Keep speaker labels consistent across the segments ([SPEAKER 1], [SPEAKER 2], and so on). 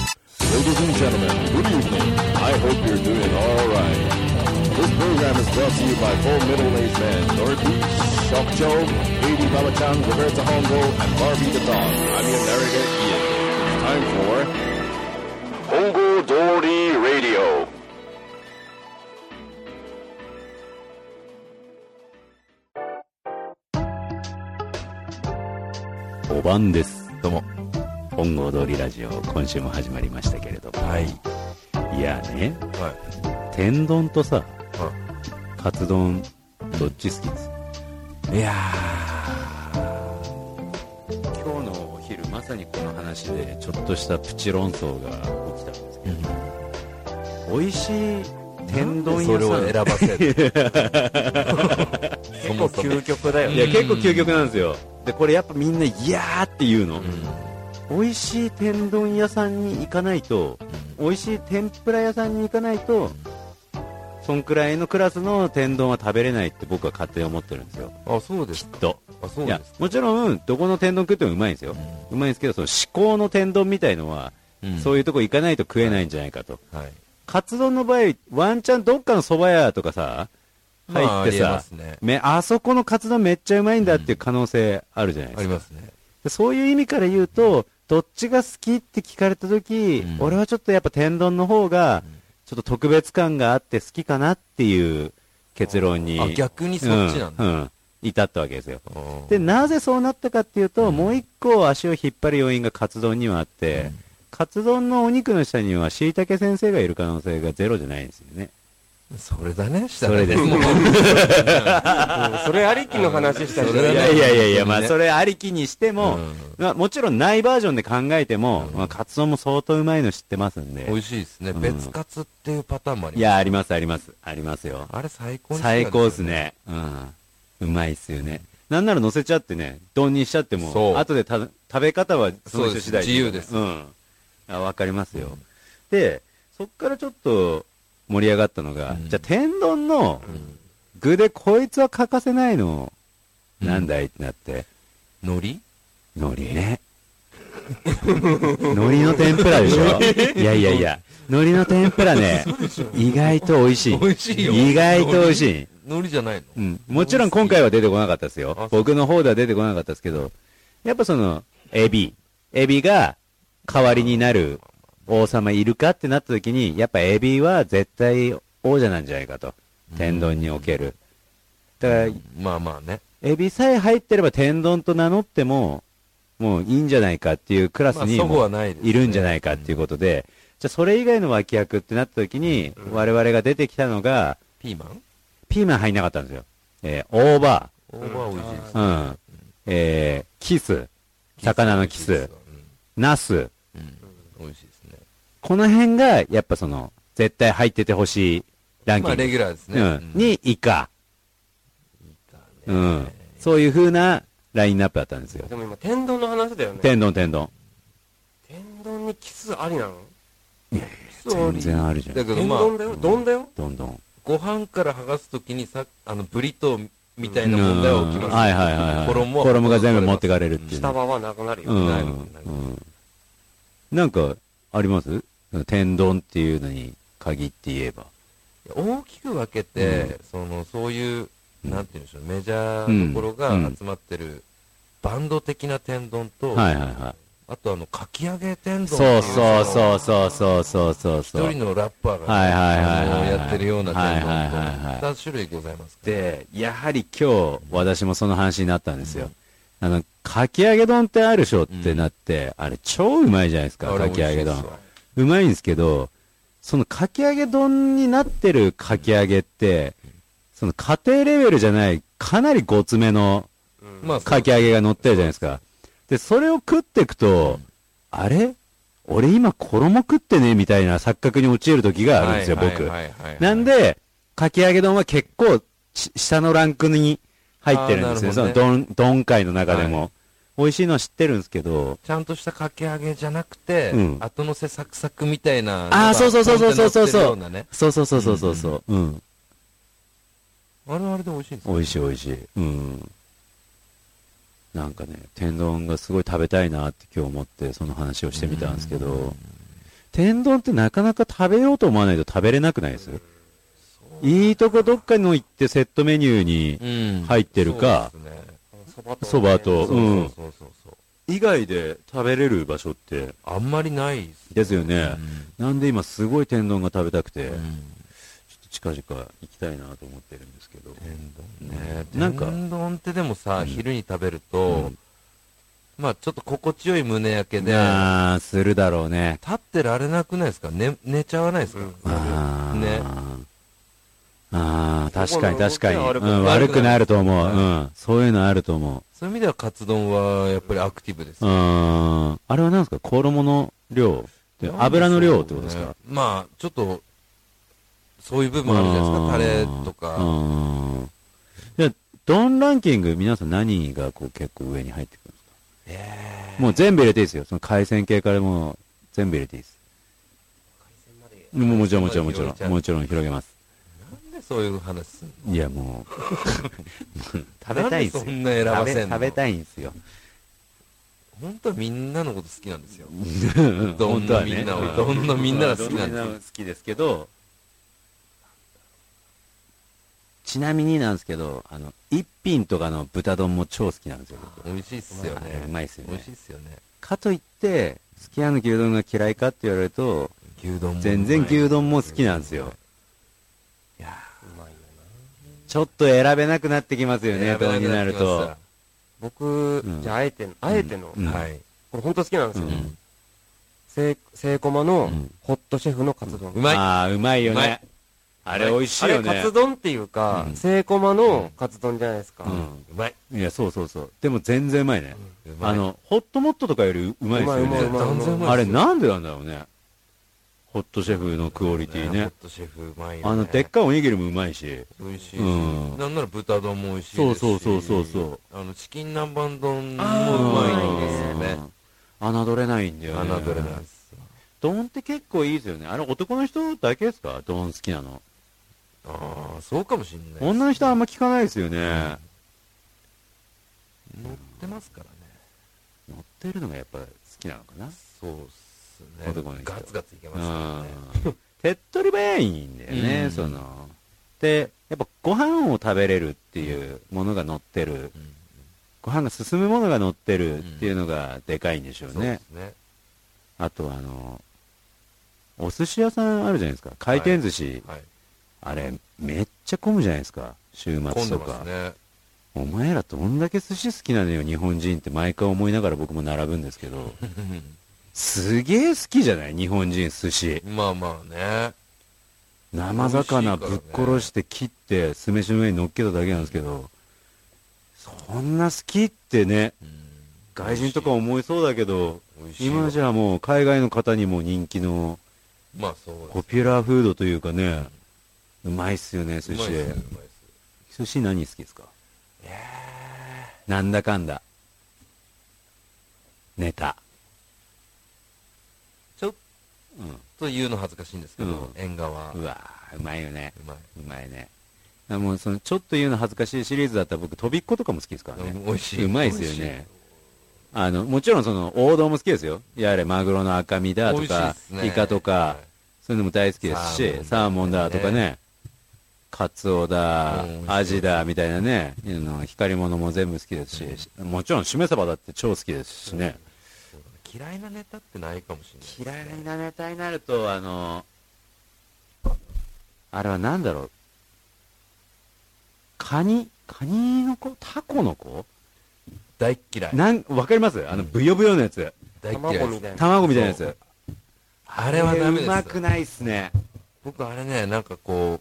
[SPEAKER 1] Ladies and gentlemen, good evening. I hope you're doing all right. This program is brought to you by four middle-aged men, Dorothy, Shock Joe, Baby Babachan, Roberta Hongo, and Barbie the Dog. I'm your narrator, Ian. It's time for Hongo Dory Radio.
[SPEAKER 2] 5番です。
[SPEAKER 3] どうも。
[SPEAKER 2] 本郷通りラジオ、今週も始まりましたけれども。
[SPEAKER 3] はい。
[SPEAKER 2] いやね、
[SPEAKER 3] は
[SPEAKER 2] 天丼とさ、カツ丼、どっち好きです
[SPEAKER 3] い。いや
[SPEAKER 2] 今日のお昼、まさにこの話で、ちょっとしたプチ論争が起きたんですけ
[SPEAKER 3] ー、
[SPEAKER 2] ど、美味しい天丼
[SPEAKER 3] そ
[SPEAKER 2] 屋
[SPEAKER 3] れを選
[SPEAKER 2] さ
[SPEAKER 3] ばせ る。
[SPEAKER 2] ん、結構究極だよ。
[SPEAKER 3] うん
[SPEAKER 2] いや、結構究極なんですよ。で、これやっぱみんな、いやーって言うの。美味しい天丼屋さんに行かないと、美味しい天ぷら屋さんに行かないと、そんくらいのクラスの天丼は食べれないって僕は勝手に思ってるんですよ。
[SPEAKER 3] あ、そうですか。
[SPEAKER 2] と。
[SPEAKER 3] あ、そう
[SPEAKER 2] い
[SPEAKER 3] で
[SPEAKER 2] や
[SPEAKER 3] す、
[SPEAKER 2] もちろん、どこの天丼食ってもうまいんですよ。うまいんですけど、その至高の天丼みたいのは、そう
[SPEAKER 3] い
[SPEAKER 2] いうとこ行かないと食えないんじゃないかと。
[SPEAKER 3] うん。はい。
[SPEAKER 2] カツ丼の場合、ワンチャンどっかの蕎麦屋とかさ、
[SPEAKER 3] まあ
[SPEAKER 2] 入ってさ、
[SPEAKER 3] ありますね。
[SPEAKER 2] めあそこのカツ丼めっちゃうまいんだっていう可能性あるじゃないですか
[SPEAKER 3] ありますね。
[SPEAKER 2] でそういう意味から言うと、どっちが好きって聞かれたとき、
[SPEAKER 3] うん
[SPEAKER 2] 俺はちょっとやっぱ天丼の方が
[SPEAKER 3] ん、
[SPEAKER 2] ちょっと特別感があって好きかなっていう結論に。
[SPEAKER 3] あ、逆にそっちなんだ。
[SPEAKER 2] うん。うん至ったわけですよ。
[SPEAKER 3] うん
[SPEAKER 2] で、なぜそうなったかっていうと、
[SPEAKER 3] うん
[SPEAKER 2] もう一個足を引っ張る要因がカツ丼にはあって、
[SPEAKER 3] うん
[SPEAKER 2] カツ丼のお肉の下には椎茸先生がいる可能性がゼロじゃないんですよね。
[SPEAKER 3] それだね、した
[SPEAKER 2] それです
[SPEAKER 3] もう
[SPEAKER 4] それありきの話したじ
[SPEAKER 3] そ
[SPEAKER 2] い
[SPEAKER 4] ゃ
[SPEAKER 3] れ
[SPEAKER 2] や
[SPEAKER 4] ん
[SPEAKER 2] い
[SPEAKER 3] は
[SPEAKER 2] やいやいや、まあ
[SPEAKER 3] ね
[SPEAKER 2] それありきにしても、
[SPEAKER 3] うん
[SPEAKER 2] まあもちろんないバージョンで考えても、
[SPEAKER 3] うん
[SPEAKER 2] まあカツ丼も相当うまいの知ってますんで。
[SPEAKER 3] 美味しいですね。
[SPEAKER 2] うん
[SPEAKER 3] 別カツっていうパターンもあり
[SPEAKER 2] い
[SPEAKER 3] ます。
[SPEAKER 2] や、あります、あります。ありますよ。
[SPEAKER 3] あれ最高に好きなんよ
[SPEAKER 2] 最高っす。ね。うん。うまいっすよね。なんなら乗せちゃってね、丼にしちゃって
[SPEAKER 3] そ
[SPEAKER 2] も、
[SPEAKER 3] う
[SPEAKER 2] 後でた食べ方はその
[SPEAKER 3] そう
[SPEAKER 2] 人
[SPEAKER 3] です
[SPEAKER 2] 次第
[SPEAKER 3] 自由です
[SPEAKER 2] うん。あわかりますよ。
[SPEAKER 3] うん
[SPEAKER 2] で、そっからちょっと盛り上がったのが、
[SPEAKER 3] うん
[SPEAKER 2] じゃあ天丼の
[SPEAKER 3] うん
[SPEAKER 2] 具でこいつは欠かせないの、
[SPEAKER 3] うん
[SPEAKER 2] なんだいってなって、
[SPEAKER 3] 海苔
[SPEAKER 2] 海苔ね。 海苔の天ぷらでしょいやいやいや、海苔の天ぷらね、意外と美味しい。
[SPEAKER 3] 美味しいよ
[SPEAKER 2] 意外と美味しい。
[SPEAKER 3] 海苔じゃないの
[SPEAKER 2] うん。もちろん今回は出てこなかったですよ
[SPEAKER 3] あそう。
[SPEAKER 2] 僕の方では出てこなかったですけど、やっぱその、エビ。エビが代わりになる王様いるかってなった時に、やっぱエビは絶対王者なんじゃないかと。天丼における。だから、
[SPEAKER 3] まあまあね。
[SPEAKER 2] エビさえ入ってれば天丼と名乗っても、もういいんじゃないかっていうクラス
[SPEAKER 3] まあ、
[SPEAKER 2] に
[SPEAKER 3] そこ
[SPEAKER 2] も
[SPEAKER 3] はないです、
[SPEAKER 2] いるんじゃないかっていうことで、じゃあそれ以外の脇役ってなった時に、我々が出てきたのが、
[SPEAKER 3] ピーマン
[SPEAKER 2] ピーマン入んなかったんですよ。えー、大葉。
[SPEAKER 3] オーバー美味しいです。
[SPEAKER 2] うん。えー、キス、魚のキス、ナス、
[SPEAKER 3] うん。うん。美味しいですね。
[SPEAKER 2] この辺が、やっぱその、絶対入っててほしいランキ
[SPEAKER 3] まあ、
[SPEAKER 2] ング。
[SPEAKER 3] レギュラーですね。
[SPEAKER 2] うん。に、イカ。うん。そういう風なラインナップだったんですよ。
[SPEAKER 4] でも今、天丼の話だよね。
[SPEAKER 2] 天丼、天丼。
[SPEAKER 4] 天丼にキスありなのキスあ
[SPEAKER 2] 全
[SPEAKER 4] り。
[SPEAKER 2] 然あるじゃん。
[SPEAKER 3] だけど、
[SPEAKER 4] 天
[SPEAKER 3] まあ、
[SPEAKER 4] 丼だよ丼だよ
[SPEAKER 2] どんどん。
[SPEAKER 3] ご飯から剥がすときにさ、あの、ブリトーみたいな問題は起きます。
[SPEAKER 2] はいはいはいはい。
[SPEAKER 3] 衣は
[SPEAKER 2] 衣が全部持ってかれるっていう
[SPEAKER 4] 下
[SPEAKER 2] ね。
[SPEAKER 4] 場はなくなるよ。
[SPEAKER 2] うん。う
[SPEAKER 3] ない
[SPEAKER 2] んなんか、あります天丼っていうのに限って言えば。
[SPEAKER 3] 大きく分けて、
[SPEAKER 2] う
[SPEAKER 3] その、そうい
[SPEAKER 2] う
[SPEAKER 3] う、
[SPEAKER 2] ん
[SPEAKER 3] なんて言うんでしょう、メジャーところが
[SPEAKER 2] うん
[SPEAKER 3] 集まってる、バンド的な天丼と、
[SPEAKER 2] はいはいはい。
[SPEAKER 3] あとあの、かき揚げ天丼ってい
[SPEAKER 2] そうそう
[SPEAKER 3] う
[SPEAKER 2] そうそうそうそうそう
[SPEAKER 3] そ
[SPEAKER 2] そう
[SPEAKER 3] の。一人のラッパーがね、
[SPEAKER 2] はいはいはいはい
[SPEAKER 3] あのやってるような天丼と、
[SPEAKER 2] はいはいはいはい
[SPEAKER 3] 2種類ございますから
[SPEAKER 2] でやはり今日私もその話になったんですよ、あのかき揚げ丼ってあるでしょってなって、あれ超うまいじゃないですか
[SPEAKER 3] あ
[SPEAKER 2] か
[SPEAKER 3] れ
[SPEAKER 2] き揚げ
[SPEAKER 3] 美味しい
[SPEAKER 2] 丼うまいんですけどそのかき揚げ丼になってるかき揚げってその家庭レベルじゃないかなりごつめの
[SPEAKER 4] うん
[SPEAKER 3] まあ、
[SPEAKER 2] かき揚げが乗ってるじゃないですか。で、それを食ってくと、あれ俺今衣食ってねみたいな錯覚に陥る時があるんですよ、僕。なん
[SPEAKER 3] で、
[SPEAKER 2] で、かき揚げ丼は結構し、下のランクに入ってるんですよ。
[SPEAKER 3] あー
[SPEAKER 2] そ
[SPEAKER 3] な
[SPEAKER 2] の
[SPEAKER 3] るほど
[SPEAKER 2] 丼、丼界の中でも。美味しいのは知ってるんですけど、
[SPEAKER 3] ちゃんとしたかき揚げじゃなくて、
[SPEAKER 2] うん
[SPEAKER 3] 後乗せサクサクみたいな。
[SPEAKER 2] あーそうそうそうそうそうそうそう
[SPEAKER 3] う。ね、
[SPEAKER 2] そうそうそうそうそうそう、うん、
[SPEAKER 3] あれはあれで美味しいです
[SPEAKER 2] 美味しい美味しい。うん。なんかね、天丼がすごい食べたいなって今日思って、その話をしてみたんですけど、天丼ってなかなか食べようと思わないと食べれなくないですいいとこどっかの行ってセットメニューに
[SPEAKER 3] うん
[SPEAKER 2] 入ってるか、
[SPEAKER 3] そうですね
[SPEAKER 4] そばと、
[SPEAKER 2] そばと
[SPEAKER 3] そう
[SPEAKER 2] うん
[SPEAKER 3] そうそうそう。
[SPEAKER 2] 以外で食べれる場所って、
[SPEAKER 3] あんまりないです
[SPEAKER 2] ですよね。なんで今すごい天丼が食べたくて、
[SPEAKER 3] うん
[SPEAKER 2] ちょっと近々行きたいなと思ってるんですけど。
[SPEAKER 3] 天丼ね。
[SPEAKER 2] なんか
[SPEAKER 3] 天丼ってでもさ、
[SPEAKER 2] うん
[SPEAKER 3] 昼に食べる
[SPEAKER 2] う
[SPEAKER 3] と
[SPEAKER 2] ん、
[SPEAKER 3] まあちょっと心地よい胸焼けで、
[SPEAKER 2] あー、するだろうね。
[SPEAKER 3] 立ってられなくないですか寝、寝ちゃわないですか
[SPEAKER 4] うん
[SPEAKER 2] あー。
[SPEAKER 3] ね。
[SPEAKER 2] あー、確かに確かに。
[SPEAKER 4] ここの動き
[SPEAKER 2] うん、
[SPEAKER 4] は
[SPEAKER 2] 悪
[SPEAKER 3] 悪
[SPEAKER 2] く
[SPEAKER 3] く
[SPEAKER 2] な
[SPEAKER 3] な
[SPEAKER 2] ると思う。
[SPEAKER 3] う
[SPEAKER 2] うん。そういうのあると思う。
[SPEAKER 3] そういう意味ではカツ丼はやっぱりアクティブです
[SPEAKER 2] う。ーん。あれは何ですか衣の量で油の量ってことですか
[SPEAKER 3] まあ、ちょっと、そういう部分あるじゃないですか。タレと
[SPEAKER 2] う
[SPEAKER 3] か。
[SPEAKER 2] ーん。じゃあ、ドンランキング、皆さん何がこう結構上に入ってくるんですか
[SPEAKER 3] え
[SPEAKER 2] もう全部入れていいですよ。その海鮮系からもう全部入れていいです。もうもちろんもちろんもちろん。もちろん広げます。
[SPEAKER 3] ーなんでそういう話すんの
[SPEAKER 2] いやもう、食べたいんですよ。
[SPEAKER 3] なんでそんな選ばせん の
[SPEAKER 2] 食べ食べたいんですよ。
[SPEAKER 3] 本当はみんなのこと好きなんですよ。ど
[SPEAKER 2] 本
[SPEAKER 3] ん
[SPEAKER 2] 当
[SPEAKER 3] な
[SPEAKER 2] は
[SPEAKER 3] み
[SPEAKER 2] ね
[SPEAKER 3] んなは、どんなみんなが好きな
[SPEAKER 2] ど
[SPEAKER 3] んです
[SPEAKER 2] みん
[SPEAKER 3] よ。
[SPEAKER 2] な好きですけど、ちなみになんですけど、あの、一品とかの豚丼も超好きなんですよ、僕
[SPEAKER 3] 美味しいっすよ
[SPEAKER 2] あれう
[SPEAKER 3] ね。
[SPEAKER 2] まいっすよ
[SPEAKER 3] 美
[SPEAKER 2] ね
[SPEAKER 3] 味しいっすよね。
[SPEAKER 2] かといって、好きなの牛丼が嫌いかって言われると、
[SPEAKER 3] 牛丼も。
[SPEAKER 2] 全然牛丼も好きなんですよ。いやちょっと選べなくなってきますよね、
[SPEAKER 3] 選べ
[SPEAKER 2] どう
[SPEAKER 3] く
[SPEAKER 2] になる
[SPEAKER 3] きまし
[SPEAKER 2] と
[SPEAKER 3] た。。
[SPEAKER 4] 僕、
[SPEAKER 2] うん
[SPEAKER 4] じゃあ、あえて、あえての、
[SPEAKER 2] うん
[SPEAKER 3] はい。
[SPEAKER 4] これ本当好きなんですよ
[SPEAKER 2] う。ん
[SPEAKER 4] せい、せいこまの
[SPEAKER 2] うん、
[SPEAKER 4] ホットシェフのカツ丼。
[SPEAKER 3] うまい。
[SPEAKER 2] ああ、うまいよ
[SPEAKER 3] うま
[SPEAKER 2] ね
[SPEAKER 3] い。
[SPEAKER 2] あれ美味しい
[SPEAKER 4] あ
[SPEAKER 2] よ
[SPEAKER 4] れ、
[SPEAKER 2] ね。
[SPEAKER 4] カツ丼っていうか
[SPEAKER 2] う、ん
[SPEAKER 4] セイコマのカツ丼じゃないですか。
[SPEAKER 3] うまい。
[SPEAKER 2] うん。いや、そうそうそう。でも全然うまいね。
[SPEAKER 3] うまい
[SPEAKER 2] あ、の、ホットモットとかよりううまいですよ
[SPEAKER 4] うまいう
[SPEAKER 2] ね
[SPEAKER 4] ま。い
[SPEAKER 3] 全然うまいっすよ。
[SPEAKER 2] あれなんでなんだろうね。ホットシェフのクオリティ
[SPEAKER 3] ホッ
[SPEAKER 2] ね。
[SPEAKER 3] トシェフうまいよね。
[SPEAKER 2] あの、でっかいおにぎりもうまいし。
[SPEAKER 3] 美味しいし、
[SPEAKER 2] うん
[SPEAKER 3] なんなら豚丼も美味しいですし
[SPEAKER 2] そうそうそうそうそう
[SPEAKER 3] あのチキン南蛮丼も
[SPEAKER 4] あ
[SPEAKER 3] う
[SPEAKER 4] ー
[SPEAKER 3] まいんですよね
[SPEAKER 2] うん。侮れないんだよね。
[SPEAKER 3] 侮れないです
[SPEAKER 2] 丼って結構いいですよね。あれ男の人だけですか丼好きなの。
[SPEAKER 3] ああそうかもしんないです
[SPEAKER 2] 女の人あんま聞かないですよね。
[SPEAKER 3] 乗ってますからね
[SPEAKER 2] 乗ってるのがやっぱ好きなのかな。
[SPEAKER 3] そうっす
[SPEAKER 2] 男の
[SPEAKER 3] ね
[SPEAKER 2] 人
[SPEAKER 3] ガツガツいけますからね
[SPEAKER 2] うん 手っ取り早いんだよね、
[SPEAKER 3] うん
[SPEAKER 2] その。で、やっぱご飯を食べれるっていうものが乗ってる、
[SPEAKER 3] うん
[SPEAKER 2] ご飯が進むものが乗ってるっていうのがでかいんでしょう
[SPEAKER 3] そうで
[SPEAKER 2] ね。
[SPEAKER 3] すね
[SPEAKER 2] あとあの、お寿司屋さんあるじゃないですか。回転寿司。
[SPEAKER 3] はい
[SPEAKER 2] あれ、めっちゃ混むじゃないですか。週
[SPEAKER 3] 混
[SPEAKER 2] 末
[SPEAKER 3] んで
[SPEAKER 2] と
[SPEAKER 3] ま
[SPEAKER 2] か。
[SPEAKER 3] すね
[SPEAKER 2] お前らどんだけ寿司好きなのよ、日本人って毎回思いながら僕も並ぶんですけど。すげえ好きじゃない日本人寿司。
[SPEAKER 3] まあまあね
[SPEAKER 2] 生魚ぶっ殺して切って酢飯の上に乗っけただけなんですけどそんな好きってね外人とか思いそうだけど
[SPEAKER 3] 美味しい
[SPEAKER 2] 今じゃもう海外の方にも人気の
[SPEAKER 3] まあそうです
[SPEAKER 2] ポピュラーフードというかねうまいっすよね寿司
[SPEAKER 3] うまいですねうまいです
[SPEAKER 2] 寿司何好きですかなんだかんだネタ
[SPEAKER 3] ちょっ
[SPEAKER 2] うん
[SPEAKER 3] と言うの恥ずかしいんですけど
[SPEAKER 2] うん
[SPEAKER 3] 縁側
[SPEAKER 2] う
[SPEAKER 3] う
[SPEAKER 2] わーうまいよね
[SPEAKER 3] まいう
[SPEAKER 2] まいねあもうそのちょっと言うの恥ずかしいシリーズだったら僕飛びっことかも好きですからね
[SPEAKER 3] うん美味しいう
[SPEAKER 2] まいですよね。あの、もちろんその、王道も好きですよ。やれ、マグロの赤身だと
[SPEAKER 3] 美味しい
[SPEAKER 2] か
[SPEAKER 3] っ、すね
[SPEAKER 2] イカとか、そういうのも大好きですし、サ
[SPEAKER 3] サ
[SPEAKER 2] ーモ
[SPEAKER 3] ーモ
[SPEAKER 2] ン
[SPEAKER 3] ン
[SPEAKER 2] だ
[SPEAKER 3] だ
[SPEAKER 2] と
[SPEAKER 3] と
[SPEAKER 2] か
[SPEAKER 3] かね
[SPEAKER 2] ね、カツオだ
[SPEAKER 3] うん美味し、い
[SPEAKER 2] アジだ、みたいなね、あの光り物も全部好きですし、もちろん、しめ鯖だって超好きですしね。
[SPEAKER 3] 嫌いなネタってないかもしれないですね
[SPEAKER 2] 嫌いなネタになると、あの、あれは何だろう。カニカニの子タコの子
[SPEAKER 3] 大っ嫌い
[SPEAKER 2] なん、わかりますあの、ブヨブヨのやつ。
[SPEAKER 3] 大っ嫌い
[SPEAKER 4] 卵
[SPEAKER 3] です
[SPEAKER 4] みたいな。
[SPEAKER 2] 卵みたいなや
[SPEAKER 3] そ
[SPEAKER 2] つ
[SPEAKER 3] う。あれはダメです
[SPEAKER 2] うまくないっすね。
[SPEAKER 3] 僕あれねなんかこう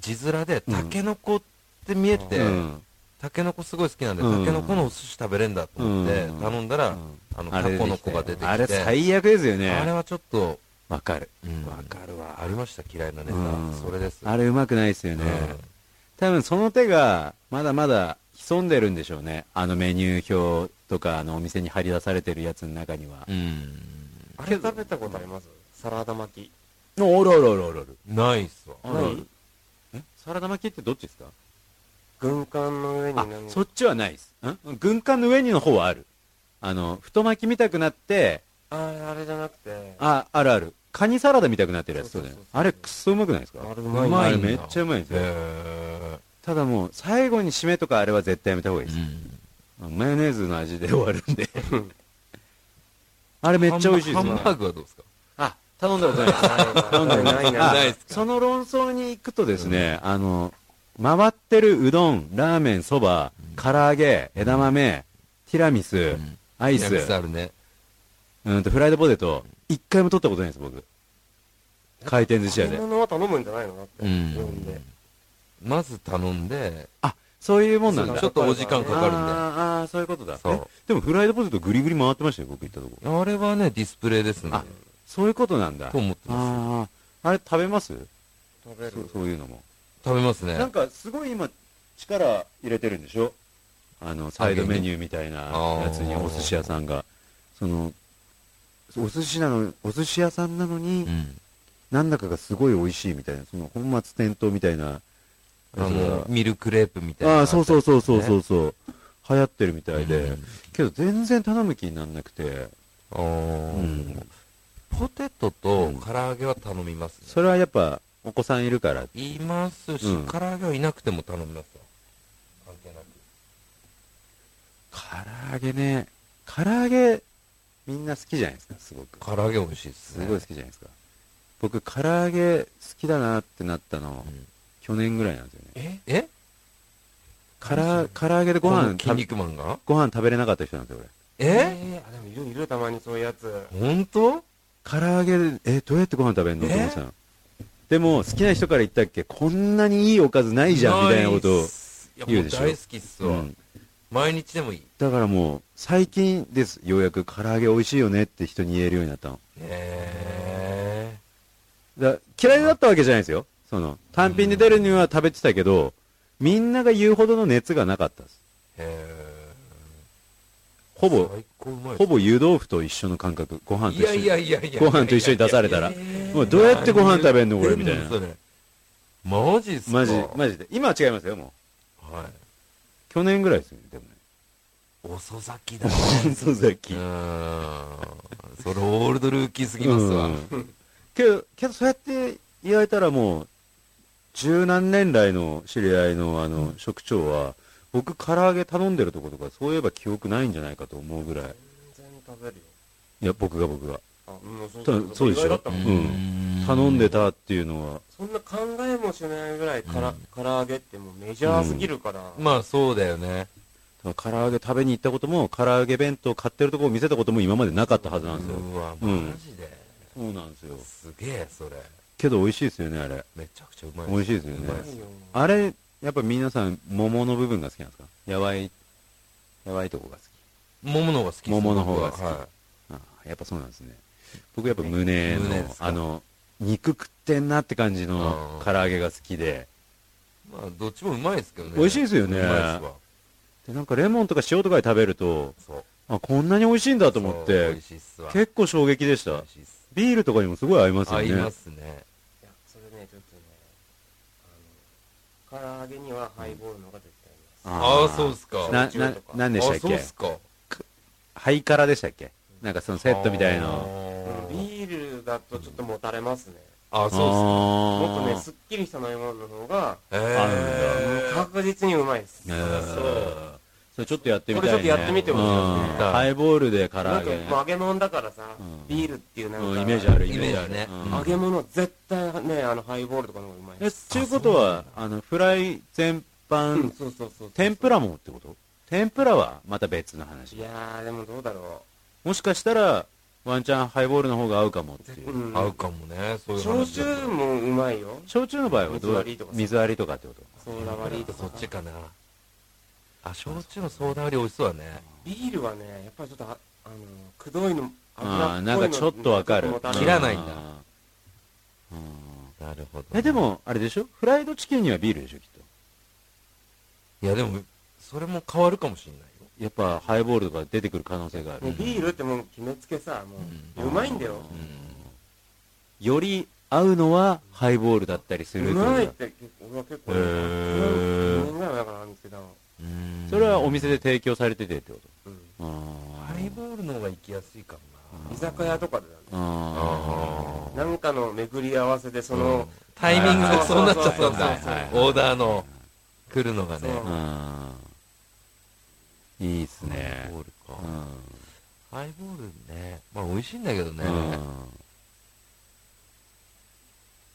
[SPEAKER 3] 字面でタケノコって見えて、
[SPEAKER 2] うん。
[SPEAKER 3] タケノコすごい好きなんで、
[SPEAKER 2] うん
[SPEAKER 3] タケノコのお寿司食べれんだと思って
[SPEAKER 2] うん
[SPEAKER 3] 頼んだら、あの
[SPEAKER 2] あ
[SPEAKER 3] タ
[SPEAKER 2] れ
[SPEAKER 3] コの子が出てきて
[SPEAKER 2] あれ最悪ですよ
[SPEAKER 3] あれ
[SPEAKER 2] ね。
[SPEAKER 3] はちょっと、
[SPEAKER 2] わかる。
[SPEAKER 3] うん
[SPEAKER 2] わかるわ
[SPEAKER 3] ありました嫌いなネタ、
[SPEAKER 2] うん
[SPEAKER 3] それです
[SPEAKER 2] あれうまくないっすよね。多分その手が、まだまだ潜んでるんでしょうね。あのメニュー表とか、あのお店に貼り出されてるやつの中には。
[SPEAKER 3] うん、
[SPEAKER 4] あれ食べたことありますサラダ巻き。
[SPEAKER 2] おろろろろろ。
[SPEAKER 3] うんないっすわ
[SPEAKER 2] あらえサラダ巻きってどっちですか
[SPEAKER 4] 軍艦の上に
[SPEAKER 2] あ
[SPEAKER 4] 何、
[SPEAKER 2] そっちはないです。ん軍艦の上にの方はある。あの、太巻き見たくなって、
[SPEAKER 4] ああれじゃなくて
[SPEAKER 2] あ、あるある。カニサラダみたくなってるやつ。
[SPEAKER 4] そうそうそうそう
[SPEAKER 2] あれ、くっそうまくないですか
[SPEAKER 4] あれう
[SPEAKER 3] う
[SPEAKER 4] まい
[SPEAKER 3] まい
[SPEAKER 2] あれ
[SPEAKER 3] んだ
[SPEAKER 2] めっちゃうまいんですよ。
[SPEAKER 3] へ
[SPEAKER 2] ただもう、最後に締めとかあれは絶対やめた方がいい
[SPEAKER 3] え
[SPEAKER 2] です。マヨネーズの味で終わるんで。あれめっちゃ美味しいで
[SPEAKER 3] ハ
[SPEAKER 2] す
[SPEAKER 3] ン
[SPEAKER 2] よ
[SPEAKER 3] バハンバーグはどうですか
[SPEAKER 2] あ、頼んだ ことないです。
[SPEAKER 4] ないないない
[SPEAKER 2] あ
[SPEAKER 4] ない
[SPEAKER 3] ないっすか
[SPEAKER 2] その論争に行くとですね、あの、回ってるうどん、ラーメン、そば、唐揚げ、枝豆、ティラミス、アイス、
[SPEAKER 3] ミスあるね。
[SPEAKER 2] うんと、フライドポテト、一回も取ったことないです、僕。回転寿司屋
[SPEAKER 4] 揚げ
[SPEAKER 2] で。
[SPEAKER 4] 物は頼むんじゃないのだって
[SPEAKER 3] うん
[SPEAKER 4] 呼んで
[SPEAKER 3] まず頼んで、
[SPEAKER 2] あ、そういうもんなん
[SPEAKER 3] ち
[SPEAKER 2] だ。
[SPEAKER 3] ょっとお時間かかる
[SPEAKER 2] あ
[SPEAKER 3] んだよ。
[SPEAKER 2] ーあー、そういうことだ。
[SPEAKER 3] そう
[SPEAKER 2] えでもフライドポテトぐりぐり回ってましたよ、僕行ったとこ。
[SPEAKER 3] あれはね、ディスプレイですね
[SPEAKER 2] あ。そういうことなんだ。
[SPEAKER 3] と思ってま
[SPEAKER 2] ああ、あれ食べます
[SPEAKER 4] 食べる
[SPEAKER 2] そうそういうのも。
[SPEAKER 3] す。食べますね。
[SPEAKER 2] なんかすごい今、力入れてるんでしょあの、サイドメニューみたいなやつに
[SPEAKER 3] あー
[SPEAKER 2] お寿司屋さんが。その、お寿司なの、お寿司屋さんなのに
[SPEAKER 3] う、ん。
[SPEAKER 2] なんだかがすごい美味しいみたいな、その本末転倒みたいな。
[SPEAKER 3] あの、ミルクレープみたいな。。
[SPEAKER 2] ああ、そうそうそうそうそううそう。流行ってるみたいで、
[SPEAKER 3] うん
[SPEAKER 2] けど全然頼む気にならなくて、
[SPEAKER 3] あー
[SPEAKER 2] うん
[SPEAKER 3] ポテトと唐揚げは頼みますね。
[SPEAKER 2] それはやっぱお子さんいるから、
[SPEAKER 3] 言いますし、
[SPEAKER 2] うん
[SPEAKER 3] 唐揚げはいなくても頼みますよ。関係なく。
[SPEAKER 2] 唐揚げね、唐揚げみんな好きじゃないですか、すごく。
[SPEAKER 3] 唐揚げ美味しいです
[SPEAKER 2] す
[SPEAKER 3] ね。
[SPEAKER 2] ごい好きじゃないですか。僕、唐揚げ好きだなってなったの、
[SPEAKER 3] うん
[SPEAKER 2] 去年ぐらいなんですよね。
[SPEAKER 4] え
[SPEAKER 3] え
[SPEAKER 2] から唐揚げでご
[SPEAKER 3] ご
[SPEAKER 2] 飯
[SPEAKER 3] 飯
[SPEAKER 2] 食
[SPEAKER 3] 筋
[SPEAKER 2] べ、
[SPEAKER 3] 肉マンが
[SPEAKER 2] ご飯食べれなかった人なんですよ、俺。
[SPEAKER 3] え
[SPEAKER 4] えーあでもいるいるたまにそういうやつ
[SPEAKER 3] 本当
[SPEAKER 2] 唐揚げで、え、どうやってご飯食べんのと思ってたの。でも、好きな人から言ったっけ、こんなにいいおかずないじゃん、みたいなことを。言
[SPEAKER 3] 言
[SPEAKER 2] うで
[SPEAKER 3] うで
[SPEAKER 2] し
[SPEAKER 3] し
[SPEAKER 2] ょ
[SPEAKER 3] ょ。大好きっす
[SPEAKER 2] う
[SPEAKER 3] わ。
[SPEAKER 2] ん
[SPEAKER 3] 毎日でもいい。
[SPEAKER 2] だからもう、最近です。ようやく唐揚げ美味しいよねって人に言えるようになったの。
[SPEAKER 3] え
[SPEAKER 2] だ嫌いだったわけじゃないですよ。その、単品で出るには食べてたけど、みんなが言うほどの熱がなかったです。
[SPEAKER 3] ー。えー。
[SPEAKER 2] ほぼ、
[SPEAKER 3] 最高うまいっす
[SPEAKER 2] ほぼ湯豆腐と一緒の感覚。ご飯と一緒に。
[SPEAKER 3] いやいやいやいや。
[SPEAKER 2] ご飯と一緒に出されたら。もうどうやってご飯食べんのこれみたいな
[SPEAKER 3] 何。言ってんのそれマジっすか
[SPEAKER 2] マジ、マジで。今は違いますよ、もう。
[SPEAKER 3] はい。
[SPEAKER 2] 去年ぐらいですよね、でもね。
[SPEAKER 3] 遅咲きだね。
[SPEAKER 2] そうさっ
[SPEAKER 3] う
[SPEAKER 2] き。
[SPEAKER 3] ーん。それオールドルーキーすぎますわ。
[SPEAKER 2] うんけど、けどそうやって言われたらもう、十何年来の知り合いのあの、職長は、僕、唐揚げ頼んでるとことか、そういえば記憶ないんじゃないかと思うぐらい。
[SPEAKER 4] 全然食べるよ
[SPEAKER 2] いや、僕が僕が。
[SPEAKER 4] あうんそ
[SPEAKER 2] たそうでしょ
[SPEAKER 4] 意外だったもん
[SPEAKER 2] うん頼んでたっていうのは、
[SPEAKER 4] そんな考えもしないぐらいから、唐揚げってもうメジャーすぎるから、
[SPEAKER 3] まあそうだよね。
[SPEAKER 2] だから唐揚げ食べに行ったことも、唐揚げ弁当買ってるとこを見せたことも今までなかったはずなんですよ。
[SPEAKER 3] うわ、
[SPEAKER 2] う
[SPEAKER 3] マ
[SPEAKER 2] ん
[SPEAKER 3] ジで。
[SPEAKER 2] そうなんですよ。
[SPEAKER 3] すげえ、それ。
[SPEAKER 2] けど美味しいですよね、あれ。
[SPEAKER 3] めちゃくちゃうまい。
[SPEAKER 2] 美味しいですよね
[SPEAKER 3] うまっす
[SPEAKER 4] いよ
[SPEAKER 2] あれ、やっぱ皆さん、桃の部分が好きなんですかやばい、やばいとこが好き。
[SPEAKER 3] 桃の方が好きっす
[SPEAKER 2] 桃の方が好き
[SPEAKER 3] 僕はは
[SPEAKER 2] ああやっぱそうなんですね。僕やっぱ胸の、
[SPEAKER 3] 胸ですか
[SPEAKER 2] あの、肉食ってんなって感じの
[SPEAKER 3] あ
[SPEAKER 2] 唐
[SPEAKER 3] ー
[SPEAKER 2] 揚げが好きで。
[SPEAKER 3] い。まあ、どっちもうまいですけどね。
[SPEAKER 2] 美味しいですよね
[SPEAKER 3] うまいっすわ。
[SPEAKER 2] で、なんかレモンとか塩とかで食べると、
[SPEAKER 3] そう。
[SPEAKER 2] あ、こんなに美味しいんだと思っ
[SPEAKER 3] そう美
[SPEAKER 2] て
[SPEAKER 3] 味、しいっすわ。
[SPEAKER 2] 結構衝撃でした
[SPEAKER 3] 美味。しいっす。
[SPEAKER 2] ビールとかにもすごい合いますよ
[SPEAKER 3] 合
[SPEAKER 2] ね。
[SPEAKER 3] いますね。
[SPEAKER 4] いやそれねちょっとねあの唐揚げにはハイボールの方が絶対いま
[SPEAKER 3] あ
[SPEAKER 2] ー
[SPEAKER 3] あー、そうっすか。
[SPEAKER 4] す
[SPEAKER 2] な
[SPEAKER 4] 焼酎とか
[SPEAKER 2] なんでしたっけ
[SPEAKER 3] あ、そうっすか。
[SPEAKER 2] ハイカラでしたっけなんかそのセットみたいな。
[SPEAKER 4] す、ビールだとちょっともたれますね
[SPEAKER 3] あーあ、そうっすか。
[SPEAKER 2] も
[SPEAKER 4] もっとねすっきりした飲み物の方が
[SPEAKER 3] え
[SPEAKER 2] あ
[SPEAKER 3] ー
[SPEAKER 4] 確実にうまいです、
[SPEAKER 2] ね
[SPEAKER 4] そう
[SPEAKER 2] それちょっとやってみたい、ね。
[SPEAKER 4] これちょっとやってみてほしいですね
[SPEAKER 2] うんハイボールで唐
[SPEAKER 4] な
[SPEAKER 2] 揚
[SPEAKER 4] んか
[SPEAKER 2] げ。
[SPEAKER 4] まあ揚げ物だからさ、
[SPEAKER 2] うん
[SPEAKER 4] ビールっていうなんか、
[SPEAKER 2] うんイメージある、
[SPEAKER 3] イメージあるね
[SPEAKER 2] うん
[SPEAKER 4] 揚げ物絶対ねあのハイボールとかの方がうまい
[SPEAKER 2] え、
[SPEAKER 4] です
[SPEAKER 2] ちゅうことは、あの、フライ全
[SPEAKER 4] うん
[SPEAKER 2] 般、
[SPEAKER 4] そうそうそう
[SPEAKER 2] 天ぷらもってこと天ぷらはまた別の話
[SPEAKER 4] い。やーでもどうだろ、
[SPEAKER 2] もしかしたら、ワンチャンハイボールの方が合うかもっていうう。
[SPEAKER 4] うん、
[SPEAKER 3] 合うかもね、そういう
[SPEAKER 4] 焼
[SPEAKER 3] 話だ
[SPEAKER 4] 酎
[SPEAKER 3] と。
[SPEAKER 4] もうまいよ
[SPEAKER 2] 焼酎の場合はどう
[SPEAKER 4] 水割りとか
[SPEAKER 2] 水割りとかってこと
[SPEAKER 4] ソーダ割りとか
[SPEAKER 3] そっちかな。あ、焼酎のソーダ割り美味しそうだね。
[SPEAKER 4] ビールはねやっぱりちょっとああのくどいの
[SPEAKER 2] ああー、
[SPEAKER 4] 脂っぽいの
[SPEAKER 2] なんかちょっとわかる
[SPEAKER 4] もた。れ
[SPEAKER 3] 切らないんだ
[SPEAKER 2] うん。
[SPEAKER 3] なるほど。
[SPEAKER 2] え、で、も、あれでしょフライドチキンにはビールでしょきっと。
[SPEAKER 3] いやでも、それも変わるかもしれないよ。
[SPEAKER 2] やっぱ、ハイボールとか出てくる可能性があ
[SPEAKER 4] もう
[SPEAKER 2] る。
[SPEAKER 4] ビールってもう決めつけさもう、うまいんだよ
[SPEAKER 2] より合うのはハイボールだったりす
[SPEAKER 4] う
[SPEAKER 2] るという
[SPEAKER 4] まいって結構俺は結構
[SPEAKER 3] へー
[SPEAKER 4] 4年ぐらい前からなんですけど、
[SPEAKER 3] うん
[SPEAKER 2] それはお店で提供されててってこと
[SPEAKER 4] うん
[SPEAKER 2] ハ
[SPEAKER 3] ハイボールの方が行きやすいかもな。
[SPEAKER 4] 居酒屋とかでなんで
[SPEAKER 2] あ
[SPEAKER 4] なんかの巡り合わせでその、
[SPEAKER 3] タイミングがそうなっちゃった
[SPEAKER 4] そ
[SPEAKER 3] んだ
[SPEAKER 4] うそう
[SPEAKER 2] そうはいはい
[SPEAKER 3] オーダーの来るのがね
[SPEAKER 4] そう
[SPEAKER 2] あうんいいっすね
[SPEAKER 3] ボールか
[SPEAKER 2] うん
[SPEAKER 3] ハイボールねまあ美味しいんだけどね
[SPEAKER 2] う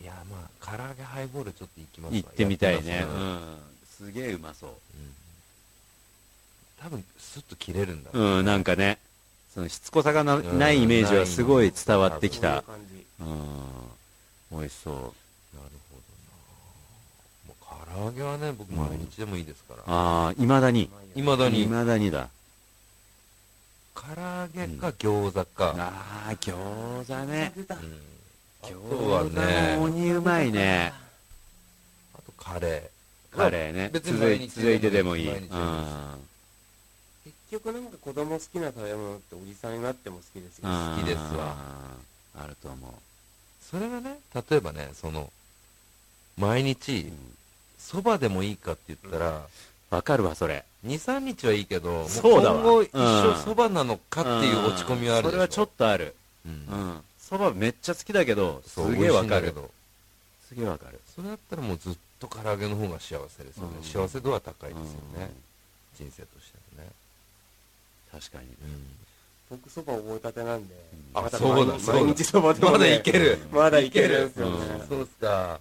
[SPEAKER 3] いやまあ唐揚げハイボールちょっと行きます
[SPEAKER 2] ん
[SPEAKER 3] わ
[SPEAKER 2] 行ってみたいね
[SPEAKER 3] やっ
[SPEAKER 2] う
[SPEAKER 3] ぱその
[SPEAKER 2] んすげえうまそう
[SPEAKER 3] 多分スッと切れるんだ
[SPEAKER 2] うん、なんかね、そのしつこさがなないイメージはすごい伝わってき
[SPEAKER 4] そうい
[SPEAKER 2] た。
[SPEAKER 4] う感じ
[SPEAKER 2] うん、美味しそう。
[SPEAKER 3] なるほどな。もう唐揚げはね、僕毎日でもいいですから。
[SPEAKER 2] ああ、未だに。
[SPEAKER 3] いまだに
[SPEAKER 2] 未。だにだ。
[SPEAKER 3] 唐揚げか餃子か。
[SPEAKER 2] ああ、餃子ね。
[SPEAKER 3] うん
[SPEAKER 2] 餃
[SPEAKER 3] あとはね
[SPEAKER 2] 子も鬼うまいね。
[SPEAKER 3] あとカレ
[SPEAKER 2] カレーね。
[SPEAKER 3] 別に
[SPEAKER 2] 続
[SPEAKER 3] 毎
[SPEAKER 2] い
[SPEAKER 3] 日
[SPEAKER 2] 続いてでもいい。
[SPEAKER 3] 毎
[SPEAKER 2] う
[SPEAKER 3] 日
[SPEAKER 2] ん
[SPEAKER 3] で。もいい
[SPEAKER 2] あ
[SPEAKER 4] 結局なんか子供好きな食べ物っておじさんになっても好きですよ、
[SPEAKER 2] ー
[SPEAKER 3] 好きですわ
[SPEAKER 2] あると思
[SPEAKER 3] ー。それがね、例えばね、その、毎
[SPEAKER 2] う
[SPEAKER 3] 日
[SPEAKER 2] うん、。
[SPEAKER 3] そばでもいいかって言ったら、
[SPEAKER 2] わかるわ、それ。
[SPEAKER 3] 2、3日はいいけど、もう
[SPEAKER 2] そうだわ
[SPEAKER 3] 今後一
[SPEAKER 2] うん
[SPEAKER 3] 生そばなのかっていう落ち込みはあるでしょ。
[SPEAKER 2] それはちょっとある。
[SPEAKER 3] う。
[SPEAKER 2] うんん。そばめっちゃ好きだけど、す
[SPEAKER 3] そう
[SPEAKER 2] げえわか。
[SPEAKER 3] 美味しいんだけ
[SPEAKER 2] る。
[SPEAKER 3] ど
[SPEAKER 2] すげえわかる。
[SPEAKER 3] それだったらもうずっと唐揚げの方が幸せですよね
[SPEAKER 2] う。ん
[SPEAKER 3] 幸せ度は高いですよ
[SPEAKER 2] うん
[SPEAKER 3] ね。人生としてはね。
[SPEAKER 2] 確かに。
[SPEAKER 4] 僕そば覚えたてなんで、
[SPEAKER 3] あ
[SPEAKER 4] ま
[SPEAKER 3] そうだそうだ
[SPEAKER 4] 毎日そばでも、ね、
[SPEAKER 3] まだいける。
[SPEAKER 4] まだいけるんですよね、
[SPEAKER 2] うん
[SPEAKER 3] そうっすか。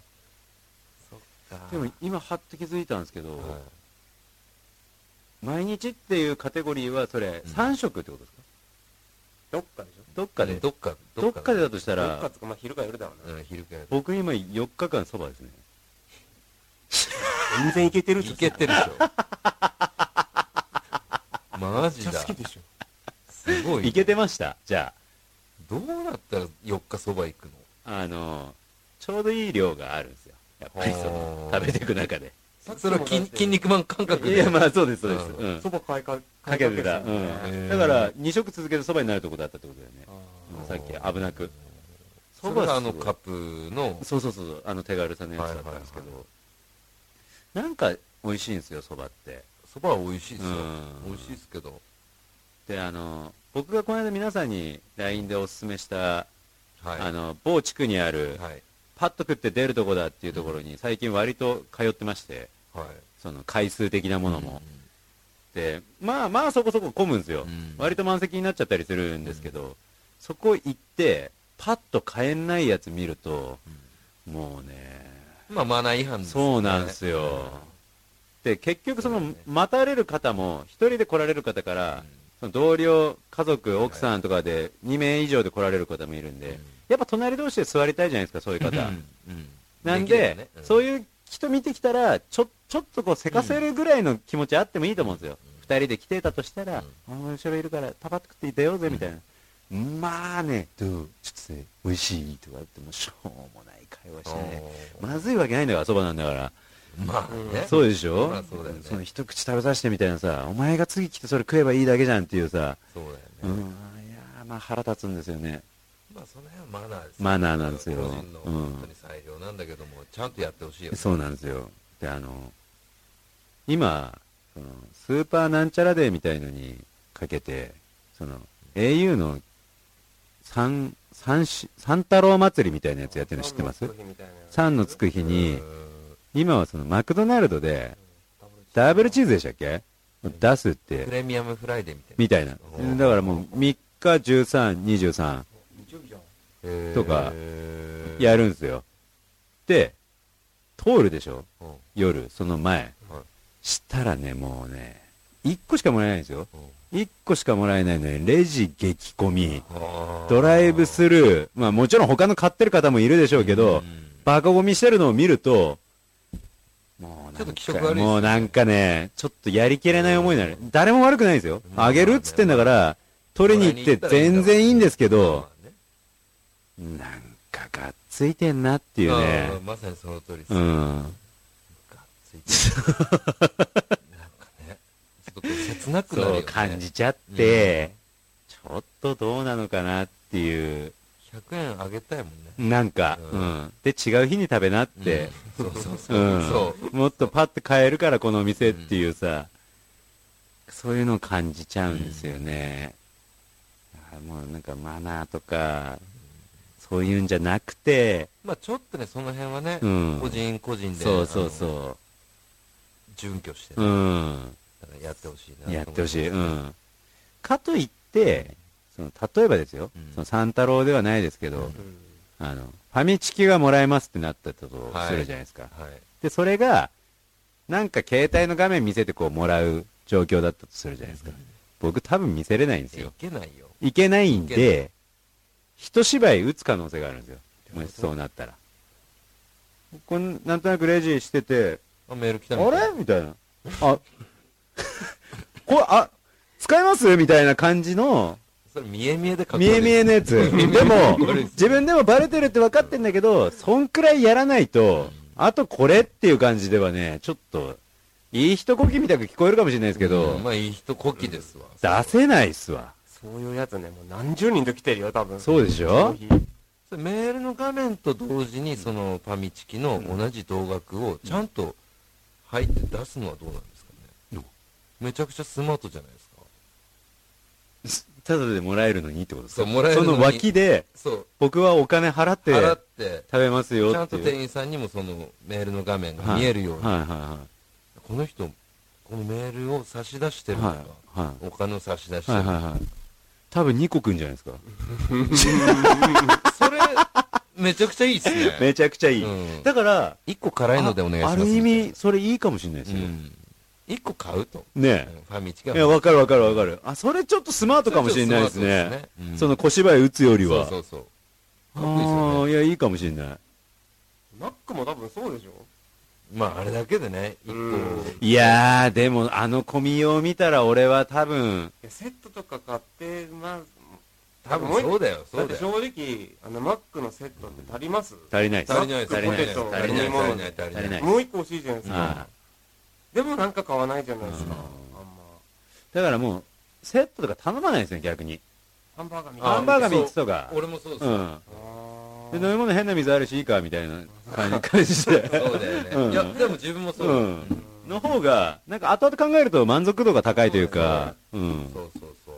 [SPEAKER 3] そっか。
[SPEAKER 2] で
[SPEAKER 3] は
[SPEAKER 2] も
[SPEAKER 3] い
[SPEAKER 2] 今はっと気づいたんですけど、毎日っていうカテゴリーはそれ
[SPEAKER 3] うん
[SPEAKER 2] 3食ってことですか、
[SPEAKER 4] どっかでしょ
[SPEAKER 2] どっかで
[SPEAKER 3] どっか、
[SPEAKER 2] どっかでだとした
[SPEAKER 4] どっからつかまあ昼か夜だろう
[SPEAKER 3] う
[SPEAKER 4] な、
[SPEAKER 3] ん、昼から。
[SPEAKER 2] 僕今4日間そばですね
[SPEAKER 4] 全然いけてる
[SPEAKER 3] いけてるでしょ。マジだ。
[SPEAKER 4] でしょ
[SPEAKER 3] すごい。
[SPEAKER 2] いけてましたじゃ
[SPEAKER 3] どうなったら4日そば行くの
[SPEAKER 2] ああのちょうどいい量があるんですよやっぱりその
[SPEAKER 3] ほう
[SPEAKER 2] 食べていく中で
[SPEAKER 3] それは筋筋肉マン感覚
[SPEAKER 2] い
[SPEAKER 3] で
[SPEAKER 2] や。まあそうですそうです、
[SPEAKER 3] う
[SPEAKER 2] う
[SPEAKER 3] ん
[SPEAKER 2] ん
[SPEAKER 4] そば買いか
[SPEAKER 2] かけてた、
[SPEAKER 4] 買い
[SPEAKER 2] うん
[SPEAKER 4] ですよね
[SPEAKER 3] へー
[SPEAKER 2] だから2食続けてそばになるとこだったってことだよね
[SPEAKER 4] あ、
[SPEAKER 2] うんさっき危なく
[SPEAKER 3] そばがあ
[SPEAKER 2] すご
[SPEAKER 3] の
[SPEAKER 2] い
[SPEAKER 3] カップの、
[SPEAKER 2] そうそうそうそうあの手軽さのやつだったんですけど、
[SPEAKER 3] はいは
[SPEAKER 2] なんか美味しいんですよそばって
[SPEAKER 3] そばは美味しいですよ
[SPEAKER 2] うん。
[SPEAKER 3] 美味しいですけど。
[SPEAKER 2] であの僕がこの間皆さんに LINE でおすすめした
[SPEAKER 3] はい。
[SPEAKER 2] あの某地区にある、
[SPEAKER 3] はい。
[SPEAKER 2] パッと食って出るとこだっていうところに最近割と通ってまして
[SPEAKER 3] はい。
[SPEAKER 2] その回数的なものも、でまあまあそこそこ混むんですよ、
[SPEAKER 3] うん
[SPEAKER 2] 割と満席になっちゃったりするんですけど、そこ行ってパッと買えないやつ見ると、もうね
[SPEAKER 3] うん。まあ、マナー違反ですよね
[SPEAKER 2] そうなんですよ、で結局その、
[SPEAKER 3] そうだね
[SPEAKER 2] 待たれる方も一人で来られる方か
[SPEAKER 3] うん
[SPEAKER 2] ら、その同僚、家族、奥さんとかで2名以上で来られる方もいるんで、
[SPEAKER 3] うん
[SPEAKER 2] やっぱ隣同士で座りたいじゃないですか、そういう方。
[SPEAKER 3] うん
[SPEAKER 2] なんで、そう
[SPEAKER 3] う
[SPEAKER 2] いう人見てきたら、ちょ、ちょっとこう、せかせるぐらいの気持ちあってもいいと思うんですよ。二、人で来てたとしたら、あ後ろいるから、パパッと食って出ようぜ、みたいな。まあね、どうちょっとね、美味しいとか言っても、しょうもない会話
[SPEAKER 3] で
[SPEAKER 2] し
[SPEAKER 3] す
[SPEAKER 2] て
[SPEAKER 3] ね
[SPEAKER 2] ね。まずいわけないんだから、そばなんだから。
[SPEAKER 3] うんまあね。
[SPEAKER 2] そうでしょ、
[SPEAKER 3] まあそうだよね
[SPEAKER 2] その一口食べさせてみたいなさ、お前が次来てそれ食えばいいだけじゃんっていうさ、
[SPEAKER 3] そう
[SPEAKER 2] う
[SPEAKER 3] だ
[SPEAKER 2] ん、
[SPEAKER 3] よ
[SPEAKER 2] い
[SPEAKER 3] ね。
[SPEAKER 2] やーまあ腹立つんですよね。
[SPEAKER 3] まあ、その辺はマナーですよ
[SPEAKER 2] マナーなんですよ
[SPEAKER 3] 個人の
[SPEAKER 2] うん
[SPEAKER 3] 本当に裁量なんだけども、ちゃんとやってほしいよね。
[SPEAKER 2] そうなんですよ。で、あの、今、そのスーパーなんちゃらデーみたいのにかけて、その、au の三、三し、三太郎祭りみたいなやつやってるの知ってます
[SPEAKER 4] 三のつく日
[SPEAKER 2] 三のつく日
[SPEAKER 3] う
[SPEAKER 4] みたいな
[SPEAKER 3] ん
[SPEAKER 2] に、今はそのマクドナルドで、ダブルチーズでしたっけ出すっ
[SPEAKER 3] プ
[SPEAKER 2] て、
[SPEAKER 3] レミアムフライデーみたいな。
[SPEAKER 2] みたいな。だからもう3日13、23
[SPEAKER 4] 日曜日じゃん
[SPEAKER 3] へー
[SPEAKER 2] とか、
[SPEAKER 3] へー
[SPEAKER 2] やるんですよ。で、通るでしょ
[SPEAKER 3] うんは
[SPEAKER 2] 夜、その前。
[SPEAKER 3] い
[SPEAKER 2] したらね、もうね、1個しかもらえないんですよ。
[SPEAKER 3] うん
[SPEAKER 2] 1個しかもらえないのに、レジ激混み、
[SPEAKER 3] あー
[SPEAKER 2] ドライブスルー、まあもちろん他の買ってる方もいるでしょうけ
[SPEAKER 3] う
[SPEAKER 2] ど、
[SPEAKER 3] ん
[SPEAKER 2] バカゴミしてるのを見ると、もう
[SPEAKER 3] ちょっ
[SPEAKER 2] なん
[SPEAKER 3] と
[SPEAKER 2] か
[SPEAKER 3] 気色悪いですね
[SPEAKER 2] もうなんかね、ちょっとやりきれない思いになる。誰も悪くないですよ。
[SPEAKER 3] まあ
[SPEAKER 2] あげるっつってんだから、取りに行って全然いいんですけど、なんかがっついてんなってい
[SPEAKER 3] 取りに行
[SPEAKER 2] う
[SPEAKER 3] っ
[SPEAKER 2] ね
[SPEAKER 3] たらいいんだからねあー。まさにその通りです。
[SPEAKER 2] う
[SPEAKER 3] がっ
[SPEAKER 2] ん。
[SPEAKER 3] ついてるなんかね、ちょっとこう切なくなるよ
[SPEAKER 2] そ
[SPEAKER 3] ね
[SPEAKER 2] う感じちゃって、ちょっとどうなのかなっていう、
[SPEAKER 3] 100円あげたいもんね。
[SPEAKER 2] なんか、う、
[SPEAKER 3] うんん
[SPEAKER 2] で、違う日に食べなって、
[SPEAKER 3] うん、そうそうそうう。
[SPEAKER 2] ん、
[SPEAKER 3] そ
[SPEAKER 2] もっとパッと買えるから、このお店っていうさ、そういうのを感じちゃうんですよね。あもうなんかマナーとか、そういうんじゃなくて、
[SPEAKER 3] まあちょっとね、その辺はね、
[SPEAKER 2] うん
[SPEAKER 3] 個人個人で、
[SPEAKER 2] そうそう
[SPEAKER 3] あの
[SPEAKER 2] そ
[SPEAKER 3] 準拠して、
[SPEAKER 2] う、うん、
[SPEAKER 3] だからやってほしいなと思。
[SPEAKER 2] やってほしい、うん。かといって、その例えばですよ、
[SPEAKER 3] うん
[SPEAKER 2] その三太郎ではないですけど、
[SPEAKER 3] うん
[SPEAKER 2] あの、ファミチキがもらえますってなったとするじゃないですか。
[SPEAKER 3] はい。
[SPEAKER 2] で、それが、なんか携帯の画面見せてこうもらう状況だったとするじゃないですか。僕多分見せれないんです
[SPEAKER 3] い
[SPEAKER 2] よ。
[SPEAKER 3] けないよ。
[SPEAKER 2] いけないん
[SPEAKER 3] いけな
[SPEAKER 2] で、一芝居打つ可能性があるんですよ。もしそうなったら。こんなんとなくレジしてて、
[SPEAKER 3] あ、メール来
[SPEAKER 2] あ
[SPEAKER 3] たみたい
[SPEAKER 2] れみたいな。あ、これ、あ、使えますみたいな感じの、
[SPEAKER 3] それ、見え見えで書く
[SPEAKER 2] 見え見えのやつ。 でも、自分でもバレてるって分かってんだけど、そんくらいやらないと、あとこれっていう感じではね、ちょっと、いい一呼吸みたく聞こえるかもしれないですけど、
[SPEAKER 3] うんまあ、いい人こきですわ。
[SPEAKER 2] 出せないっすわ。
[SPEAKER 4] そういうやつね、もう何十人と来てるよ、多分。
[SPEAKER 2] そうでしょ
[SPEAKER 4] その日
[SPEAKER 3] それメールの画面と同時に、そのファミチキの同じ動画をちゃんと入って出すのはどうなんですかね。めちゃくちゃスマートじゃないですか。
[SPEAKER 2] ただでもらえるのにってことです
[SPEAKER 3] そうもらえるのに
[SPEAKER 2] その脇で、
[SPEAKER 3] そう。
[SPEAKER 2] 僕はお金払って
[SPEAKER 3] 払
[SPEAKER 2] 食
[SPEAKER 3] って、
[SPEAKER 2] べますよ
[SPEAKER 3] ちゃ
[SPEAKER 2] っ
[SPEAKER 3] ん
[SPEAKER 2] てい
[SPEAKER 3] と
[SPEAKER 2] う。
[SPEAKER 3] 店員さんにもそのメールの画面
[SPEAKER 2] は
[SPEAKER 3] が
[SPEAKER 2] い
[SPEAKER 3] 見えるように、
[SPEAKER 2] はいはいは
[SPEAKER 3] この人、このメールを差し出して
[SPEAKER 2] い。
[SPEAKER 3] るとか、
[SPEAKER 2] はいはい。
[SPEAKER 3] お金を差し出して
[SPEAKER 2] は
[SPEAKER 3] る
[SPEAKER 2] い
[SPEAKER 3] とか、
[SPEAKER 2] はいはい。多分2個くんじゃないですか。
[SPEAKER 3] それ、めちゃくちゃいいっすね。
[SPEAKER 2] めちゃくちゃいい。
[SPEAKER 3] うん
[SPEAKER 2] だから、
[SPEAKER 3] 一個辛いのでお願いします
[SPEAKER 2] ある意味、それいいかもしれないで
[SPEAKER 3] う
[SPEAKER 2] すよ。
[SPEAKER 3] ん、一個買うと、
[SPEAKER 2] ねえ。
[SPEAKER 3] ファミチキが
[SPEAKER 2] いや、わかるわかるわかる。あ、それちょっとスマートかもしれないですね。
[SPEAKER 3] それちょっとスマートですねうん
[SPEAKER 2] その小芝居打つよりは。
[SPEAKER 3] そうそうそうかっこいいですよね
[SPEAKER 2] ああ、いや、いいかもしれない。
[SPEAKER 4] マックも多分そうでしょ
[SPEAKER 3] まああれだけでね一個、
[SPEAKER 4] うん
[SPEAKER 2] いやー、でも、あの込みを見たら俺は多分、
[SPEAKER 4] いやセットとか買って、まあ、
[SPEAKER 3] 多分そうだよ
[SPEAKER 4] だ
[SPEAKER 3] そ
[SPEAKER 4] っ
[SPEAKER 3] う
[SPEAKER 4] て
[SPEAKER 3] だ
[SPEAKER 4] 正
[SPEAKER 3] よ
[SPEAKER 4] 直、あの、マックのセットって足ります
[SPEAKER 2] 足りないです。
[SPEAKER 3] 足りないです
[SPEAKER 2] 足りない
[SPEAKER 3] 足
[SPEAKER 2] 足り
[SPEAKER 3] り
[SPEAKER 2] な
[SPEAKER 3] ないい足りない足りない
[SPEAKER 2] 足りない
[SPEAKER 4] もう一個欲しいじゃないです
[SPEAKER 2] は
[SPEAKER 4] か。でもなんか買わないじゃないですか。
[SPEAKER 2] うん
[SPEAKER 4] あんま。
[SPEAKER 2] いだからもう、セットとか頼まないですね、逆に。
[SPEAKER 4] ハンバーガーみたい
[SPEAKER 3] あ
[SPEAKER 4] な。
[SPEAKER 2] ハンバーガー3つとか。
[SPEAKER 3] 俺もそうです
[SPEAKER 2] う
[SPEAKER 3] よ、
[SPEAKER 2] ん。
[SPEAKER 4] あ
[SPEAKER 2] で、
[SPEAKER 4] ー
[SPEAKER 2] 飲み物変な水あるし、いいか、みたいな感じ感じで。
[SPEAKER 3] そうだよね、
[SPEAKER 2] うん
[SPEAKER 3] いやでも自分も そう
[SPEAKER 2] う
[SPEAKER 3] だよ、
[SPEAKER 2] ん。の方が、なんか後々考えると満足度が高いというか、うん。
[SPEAKER 3] そうそうそう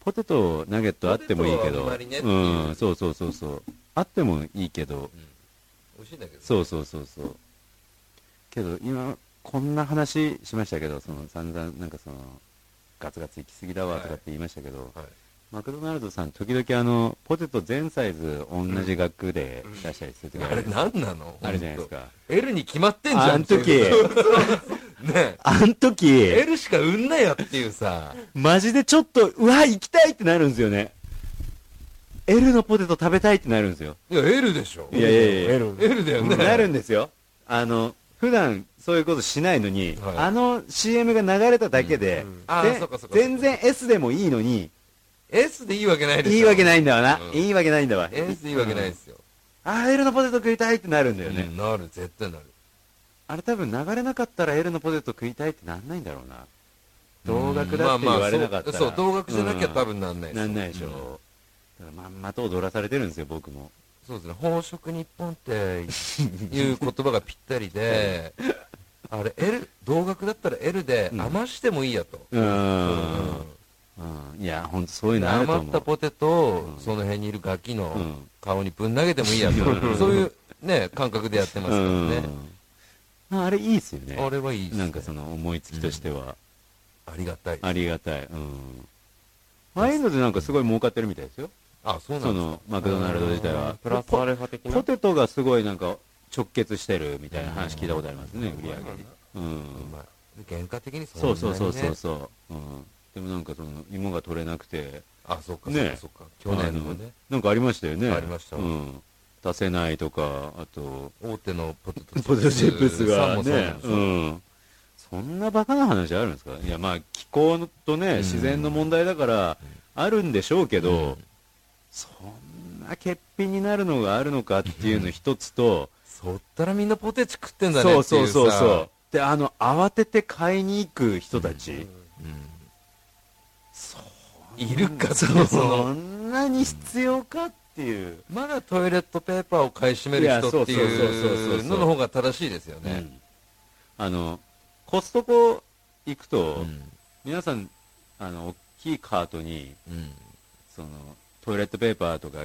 [SPEAKER 2] ポテト、ナゲットあってもいいけ
[SPEAKER 3] ポテト
[SPEAKER 2] ど。
[SPEAKER 3] はあんまりねっていう
[SPEAKER 2] うん、そうそうそうそう。あってもいいけど、
[SPEAKER 3] 美味しいんだけど
[SPEAKER 2] そうそうそうそう。けど、今、こんな話しましたけど、その散々、なんかその、ガツガツ行き過ぎだわとかって言いましたけど、
[SPEAKER 3] はい
[SPEAKER 2] マクドナルドさん、時々あの、ポテト全サイズ同じ額で出したりする時
[SPEAKER 3] あれ何なの
[SPEAKER 2] あるじゃないですか。
[SPEAKER 3] 本当 L に決まってんじゃん
[SPEAKER 2] あん時、
[SPEAKER 3] ね
[SPEAKER 2] あん時、
[SPEAKER 3] L しか売んなよっていうさ
[SPEAKER 2] マジでちょっと、うわ、行きたいってなるんですよね。L のポテト食べたいってなるんですよ。
[SPEAKER 3] いや L でしょ
[SPEAKER 2] いやいやいや
[SPEAKER 4] L
[SPEAKER 3] L だよね
[SPEAKER 2] なるんですよ。あの、普段そういうことしないのに、
[SPEAKER 3] はい
[SPEAKER 2] あの CM が流れただけで、
[SPEAKER 4] うん
[SPEAKER 3] あ
[SPEAKER 2] で
[SPEAKER 3] ーそうかそうか
[SPEAKER 2] 全然 S でもいいのに、
[SPEAKER 3] S でいいわけないでしょ
[SPEAKER 2] いいわけないんだわな。
[SPEAKER 3] うん
[SPEAKER 2] いいわけないんだわ。
[SPEAKER 3] S でいいわけないですよ、
[SPEAKER 2] あー、L のポテト食いたいってなるんだよね。
[SPEAKER 3] うんなる絶対なる
[SPEAKER 2] あれ多分流れなかったら L のポテト食いたいってなんないんだろうな。同額だって言われなかったら。
[SPEAKER 3] まあまあそうそう同額じゃなきゃ多
[SPEAKER 2] 分、
[SPEAKER 3] 分なんない
[SPEAKER 2] なんないでしょ。
[SPEAKER 3] うん
[SPEAKER 2] だからまんまと踊らされてるんですよ、僕も。
[SPEAKER 3] そうですね宝飾日本っていう言葉がぴった りであれ L 同額だったら L で
[SPEAKER 2] うん
[SPEAKER 3] 余してもいいやと、
[SPEAKER 2] う。
[SPEAKER 3] うん
[SPEAKER 2] うん。いや、ほんとそういうのあると思う。
[SPEAKER 3] 余ったポテトを
[SPEAKER 2] うん
[SPEAKER 3] その辺にいるガキ
[SPEAKER 2] う
[SPEAKER 3] の
[SPEAKER 2] ん
[SPEAKER 3] 顔にぶん投げてもいいやと、
[SPEAKER 2] うん
[SPEAKER 3] そういうね感覚でやってますからね、
[SPEAKER 2] うんあれいいっすよね。
[SPEAKER 3] あれはいいです、ね、
[SPEAKER 2] なんかその思いつきとしては、
[SPEAKER 3] ありがたい
[SPEAKER 2] ありがたい。うん。ああいうのでなんかすごい儲かってるみたいですよ。
[SPEAKER 3] あそうな
[SPEAKER 2] そ
[SPEAKER 3] んです
[SPEAKER 2] のマクドナルド自体は。
[SPEAKER 4] プラスアルファ的な。
[SPEAKER 2] ポテトがすごいなんか直結してるみたいな話聞いたことありますね、売り上げに。うん。
[SPEAKER 3] かうまい原価的にそんな
[SPEAKER 2] そ
[SPEAKER 3] に、
[SPEAKER 2] う
[SPEAKER 3] ね、
[SPEAKER 2] そうそうそうそう。うん。でもなんかその芋が取れなくて、
[SPEAKER 3] あそっかそっ
[SPEAKER 2] ね
[SPEAKER 3] かそっか、去年のね
[SPEAKER 2] なんかありましたよね。
[SPEAKER 3] ありました
[SPEAKER 2] うん。出せないとか、あと、
[SPEAKER 3] 大手のポテト
[SPEAKER 2] ポテトチップス
[SPEAKER 3] さん
[SPEAKER 2] が
[SPEAKER 3] もそうな
[SPEAKER 2] ね
[SPEAKER 3] ん、です
[SPEAKER 2] う
[SPEAKER 3] よ
[SPEAKER 2] ん。そんなバカな話あるんですかいや、まあ、気候とね、自然の問題だから、あるんでしょうけど、そんな欠品になるのがあるのかっていうの一つと、
[SPEAKER 3] そったらみんなポテチ食ってんだね
[SPEAKER 2] そう
[SPEAKER 3] ってい
[SPEAKER 2] そうう
[SPEAKER 3] さ
[SPEAKER 2] そうそう。で、あの、慌てて買いに行く人たち、
[SPEAKER 3] いるかそ
[SPEAKER 2] そ
[SPEAKER 3] のその
[SPEAKER 2] んなに必要かっていう。
[SPEAKER 3] まだトイレットペーパーを買い占める人って
[SPEAKER 2] いやそうそうそう
[SPEAKER 3] い
[SPEAKER 2] そう
[SPEAKER 3] う
[SPEAKER 2] そ
[SPEAKER 3] の
[SPEAKER 2] う
[SPEAKER 3] の方が正しいですよね、
[SPEAKER 2] あの、コストコ行くと、
[SPEAKER 3] うん
[SPEAKER 2] 皆さん、あの、きいカートに、
[SPEAKER 3] うん。
[SPEAKER 2] その、トイレットペーパーとか、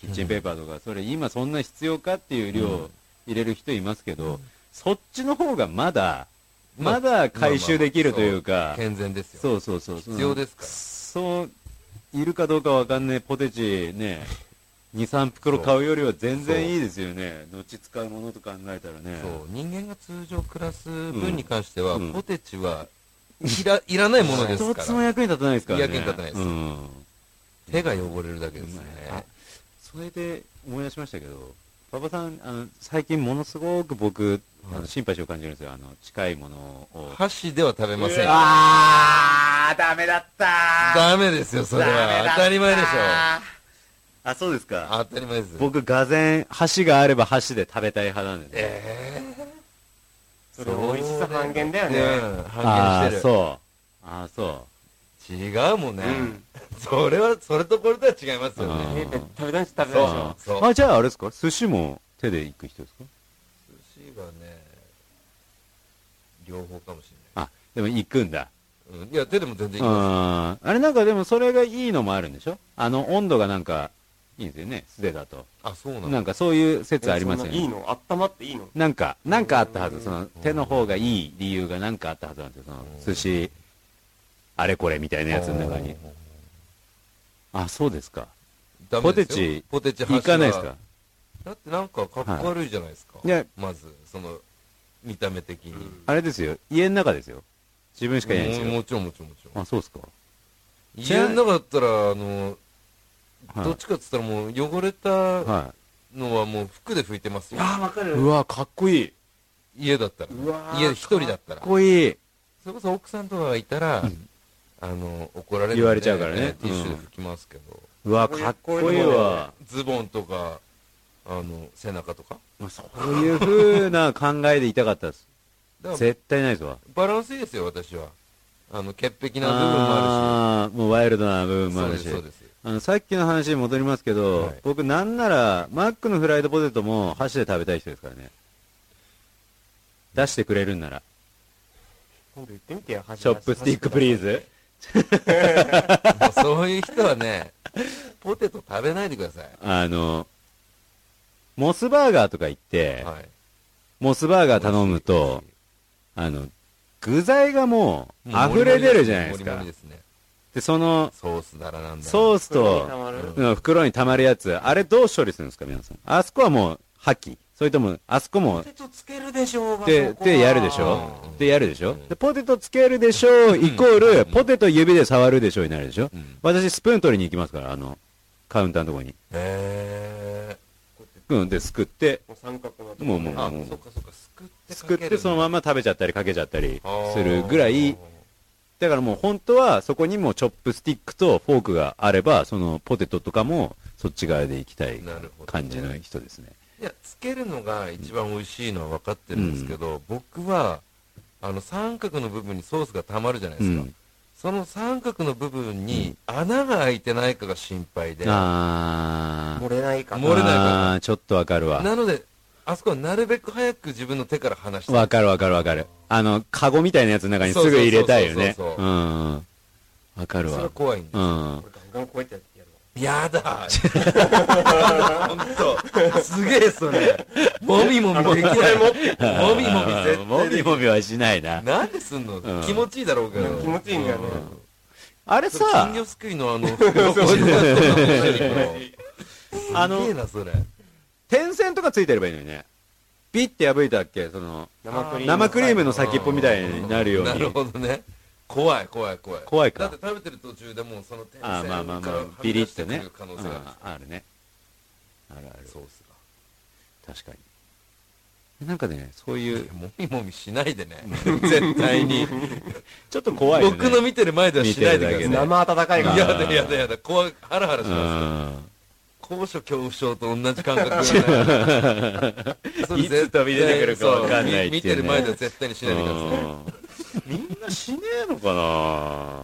[SPEAKER 2] キッチンペーパーとか、それ今そんな必要かっていう量入れる人いますけど、そっちの方がまだ、
[SPEAKER 3] ま
[SPEAKER 2] まだ回収できるというか、
[SPEAKER 3] 健全ですよ。
[SPEAKER 2] そうそうそう。
[SPEAKER 3] 必要ですから
[SPEAKER 2] そう、いるかどうかわかんないポテチね、2、3袋買うよりは全然いいですよね。後使うものと考えたらね。
[SPEAKER 3] そう人間が通常暮らす分に関しては、
[SPEAKER 2] うん
[SPEAKER 3] ポテチはいら いらないものです
[SPEAKER 2] 一
[SPEAKER 3] か
[SPEAKER 2] つも
[SPEAKER 3] ら
[SPEAKER 2] 役に立たないですからね。
[SPEAKER 3] 役に立たないです
[SPEAKER 2] うん。
[SPEAKER 3] 手が汚れるだけですね
[SPEAKER 2] うんあそれで思い出しましたけど、馬場さん、あの、最近ものすごく僕、あの心配しを感じるんですよ。あの、近いものを。
[SPEAKER 3] 箸では食べません
[SPEAKER 2] あー、ダメだった
[SPEAKER 3] ダメですよそれは当たり前でしょ
[SPEAKER 2] あ、そうですか。
[SPEAKER 3] 当たり前です
[SPEAKER 2] 僕、がぜ箸があれば箸で食べたい派なんで、ね。
[SPEAKER 3] ええ
[SPEAKER 4] それ美味しさ半減だよね。
[SPEAKER 3] ね
[SPEAKER 2] あ
[SPEAKER 3] 半減
[SPEAKER 2] あ、
[SPEAKER 3] してる
[SPEAKER 2] そう。ああ、そ
[SPEAKER 3] 違うもんね、
[SPEAKER 4] うん。
[SPEAKER 3] それはそれとこれとは違いますよ
[SPEAKER 2] あ
[SPEAKER 3] ね
[SPEAKER 2] ー
[SPEAKER 4] え食べたいし食
[SPEAKER 2] う。
[SPEAKER 4] べたいでし
[SPEAKER 3] そ
[SPEAKER 4] ょ。
[SPEAKER 2] あ
[SPEAKER 3] そう
[SPEAKER 2] ーあ、じゃああれですか寿司も手で行く人ですか
[SPEAKER 3] 寿司はね両方かもし
[SPEAKER 2] あ、でも行くんだ。
[SPEAKER 3] れない、うん、いや手でも全然いいま
[SPEAKER 2] ああれなんかでもそれがいいのもあるんでしょあの温度がなんかいいんですよね、素手だと。
[SPEAKER 3] すあそうなん
[SPEAKER 2] な
[SPEAKER 3] だ
[SPEAKER 2] んかそういう説ありますよ
[SPEAKER 4] そんない
[SPEAKER 2] ね。
[SPEAKER 4] いの温まっていいの
[SPEAKER 2] なんか、なんかあったはず、その手の方がいい理由がなんかあったはずなんですよ、その寿司、あれこれみたいなやつの中に。あ、そうですか。
[SPEAKER 3] ダメですよ
[SPEAKER 2] ポテチ
[SPEAKER 3] ポテチ箸は
[SPEAKER 2] 行かないですか
[SPEAKER 3] だってなんかかっこ悪いじゃないですか、
[SPEAKER 2] いや
[SPEAKER 3] まずその見た目的に、
[SPEAKER 4] うん
[SPEAKER 2] あれですよ、家の中ですよ。自分しかいないんです
[SPEAKER 3] も
[SPEAKER 2] よ。
[SPEAKER 3] もちろんもちろんもちろん
[SPEAKER 2] あ、そうですか。
[SPEAKER 3] 家の中だったらあの
[SPEAKER 2] はい
[SPEAKER 3] どっちかっつったらもう汚れた
[SPEAKER 2] は
[SPEAKER 3] のはもう服で拭いてますよ
[SPEAKER 4] あー、わか
[SPEAKER 2] い。
[SPEAKER 4] る。
[SPEAKER 2] うわ、かっこいい。
[SPEAKER 3] 家だったら
[SPEAKER 4] うわー
[SPEAKER 3] 家で一人だったら
[SPEAKER 2] かっこいい。
[SPEAKER 3] それこそ奥さんとかがいたら、あの怒られるんで
[SPEAKER 2] 言われちゃうからね
[SPEAKER 3] ティッシュで拭きますけど、
[SPEAKER 2] うわ、かっこいいわ。
[SPEAKER 3] ズボンとかあの背中とか
[SPEAKER 2] そういう風な考えでいたかったです。
[SPEAKER 3] だから
[SPEAKER 2] 絶対ないですわ。
[SPEAKER 3] バランスいいですよ私はあの潔癖な部分もあ
[SPEAKER 2] あーもうワイルドな部
[SPEAKER 3] る
[SPEAKER 2] 分
[SPEAKER 3] し
[SPEAKER 2] もあるし
[SPEAKER 3] そうです。そうです
[SPEAKER 2] あの、さっきの話に戻りますけど、
[SPEAKER 3] はい
[SPEAKER 2] 僕なんなら、マックのフライドポテトも箸で食べたい人ですからね。出してくれるんなら。
[SPEAKER 4] 今度言ってみてよ、
[SPEAKER 2] チョップスティックプリーズ。
[SPEAKER 3] もうそういう人はね、ポテト食べないでください。
[SPEAKER 2] あの、モスバーガーとか行って、
[SPEAKER 3] はい。
[SPEAKER 2] モスバーガー頼むと、あの、具材がもう
[SPEAKER 3] もう
[SPEAKER 2] 溢れ出るじゃないです
[SPEAKER 3] も
[SPEAKER 2] か
[SPEAKER 3] りもり。ですね。
[SPEAKER 2] で、その
[SPEAKER 3] ソースならなんだら。
[SPEAKER 2] ソー
[SPEAKER 3] ス。
[SPEAKER 2] ス
[SPEAKER 4] 袋に溜
[SPEAKER 2] と
[SPEAKER 4] まる
[SPEAKER 2] うん袋に溜まるやつ、あれどう処理するんですか、皆さん。あそこはもう破棄。それとも、あそこも
[SPEAKER 4] ポテトつけるでしょうが
[SPEAKER 2] で、
[SPEAKER 4] そこは
[SPEAKER 2] でやるでしょ
[SPEAKER 3] うん
[SPEAKER 2] でやるでし
[SPEAKER 3] う
[SPEAKER 2] ょ
[SPEAKER 3] ん
[SPEAKER 2] で、ポテトつけるでしょうイコール、ポテト指で触るでしょうになるでしょ
[SPEAKER 3] うん。
[SPEAKER 2] 私、スプーン取りに行きますから、あの、カウンターのとこに。
[SPEAKER 3] へ
[SPEAKER 2] うん、で、すくって、
[SPEAKER 4] もう三角のとこ
[SPEAKER 2] もうも
[SPEAKER 3] ー。
[SPEAKER 2] う
[SPEAKER 3] あ
[SPEAKER 2] もう、
[SPEAKER 3] そっかそっか、すくって
[SPEAKER 2] すくってそのま
[SPEAKER 3] ま
[SPEAKER 2] ま食べちゃったりかけちゃったりするぐらい、だからもう本当はそこにもチョップスティックとフォークがあれば、そのポテトとかもそっち側で行きたい
[SPEAKER 3] なるほどね
[SPEAKER 2] 感じの人ですね。
[SPEAKER 3] いや、つけるのが一番美味しいのは分かってるんですけど、僕は、あの、三角の部分にソースが溜まるじゃないうですか
[SPEAKER 2] ん。。
[SPEAKER 3] その三角の部分に穴が開いてないかが心配で、な
[SPEAKER 2] あー
[SPEAKER 4] 漏れないか
[SPEAKER 3] 漏れないから
[SPEAKER 2] あーちょっとわかるわ。
[SPEAKER 3] ので、あそこはなるべく早く自分の手から離して
[SPEAKER 2] わかるわかるわかる。あの、カゴみたいなやつの中にすぐ入れたいよね。う。
[SPEAKER 3] そうそうそうそうん
[SPEAKER 2] わかる
[SPEAKER 3] それは
[SPEAKER 2] わ。
[SPEAKER 3] 怖いんで
[SPEAKER 2] う
[SPEAKER 3] すよ
[SPEAKER 2] ん。
[SPEAKER 4] 俺ガンガンこうやってやってやるわ
[SPEAKER 3] や だ本当すげえそれもみもみできないもみもみ絶対
[SPEAKER 2] も
[SPEAKER 3] で
[SPEAKER 2] み
[SPEAKER 3] きな
[SPEAKER 2] もみはしないな。
[SPEAKER 3] いなんですんの、
[SPEAKER 2] ん
[SPEAKER 3] 気持ちいいだろうけど
[SPEAKER 4] 気持ちいいんだよね
[SPEAKER 2] あれ
[SPEAKER 3] そ
[SPEAKER 2] さ
[SPEAKER 3] れ金、魚すくいのあ の服のこういうの
[SPEAKER 2] あ
[SPEAKER 3] あ
[SPEAKER 2] の
[SPEAKER 3] のすげえなそれ
[SPEAKER 2] 点線とかついてればいいのにね。ピッて破いたっけその、
[SPEAKER 4] 生クリーム
[SPEAKER 2] 生クリームの先っぽみたいになるよう
[SPEAKER 3] な
[SPEAKER 2] に。
[SPEAKER 3] るほどね怖い怖い怖い
[SPEAKER 2] 怖いか
[SPEAKER 3] だって食べてる途中でもうその天
[SPEAKER 2] あーまあまあまあ
[SPEAKER 3] から、
[SPEAKER 2] ビリってね
[SPEAKER 3] はみ出してくる。可能性がある
[SPEAKER 2] ああるね。あるある。
[SPEAKER 3] ソース
[SPEAKER 2] 確かに。なんかね、そういう
[SPEAKER 3] が、もみもみしないでね 絶対に
[SPEAKER 2] ちょっと怖いよね。
[SPEAKER 3] 僕の見てる前ではしないでください
[SPEAKER 2] 見てるだけで
[SPEAKER 4] 生温かいから
[SPEAKER 3] やだやだやだ、怖い、ハラハラし
[SPEAKER 2] う
[SPEAKER 3] ます。
[SPEAKER 2] ん。
[SPEAKER 3] 高所恐怖症と同じ感覚だねそ れ
[SPEAKER 2] いつ飛び出てくるかわかんないっていうね
[SPEAKER 3] そうみ見てる前では絶対にしないでくださ
[SPEAKER 2] うんみんなしねえのか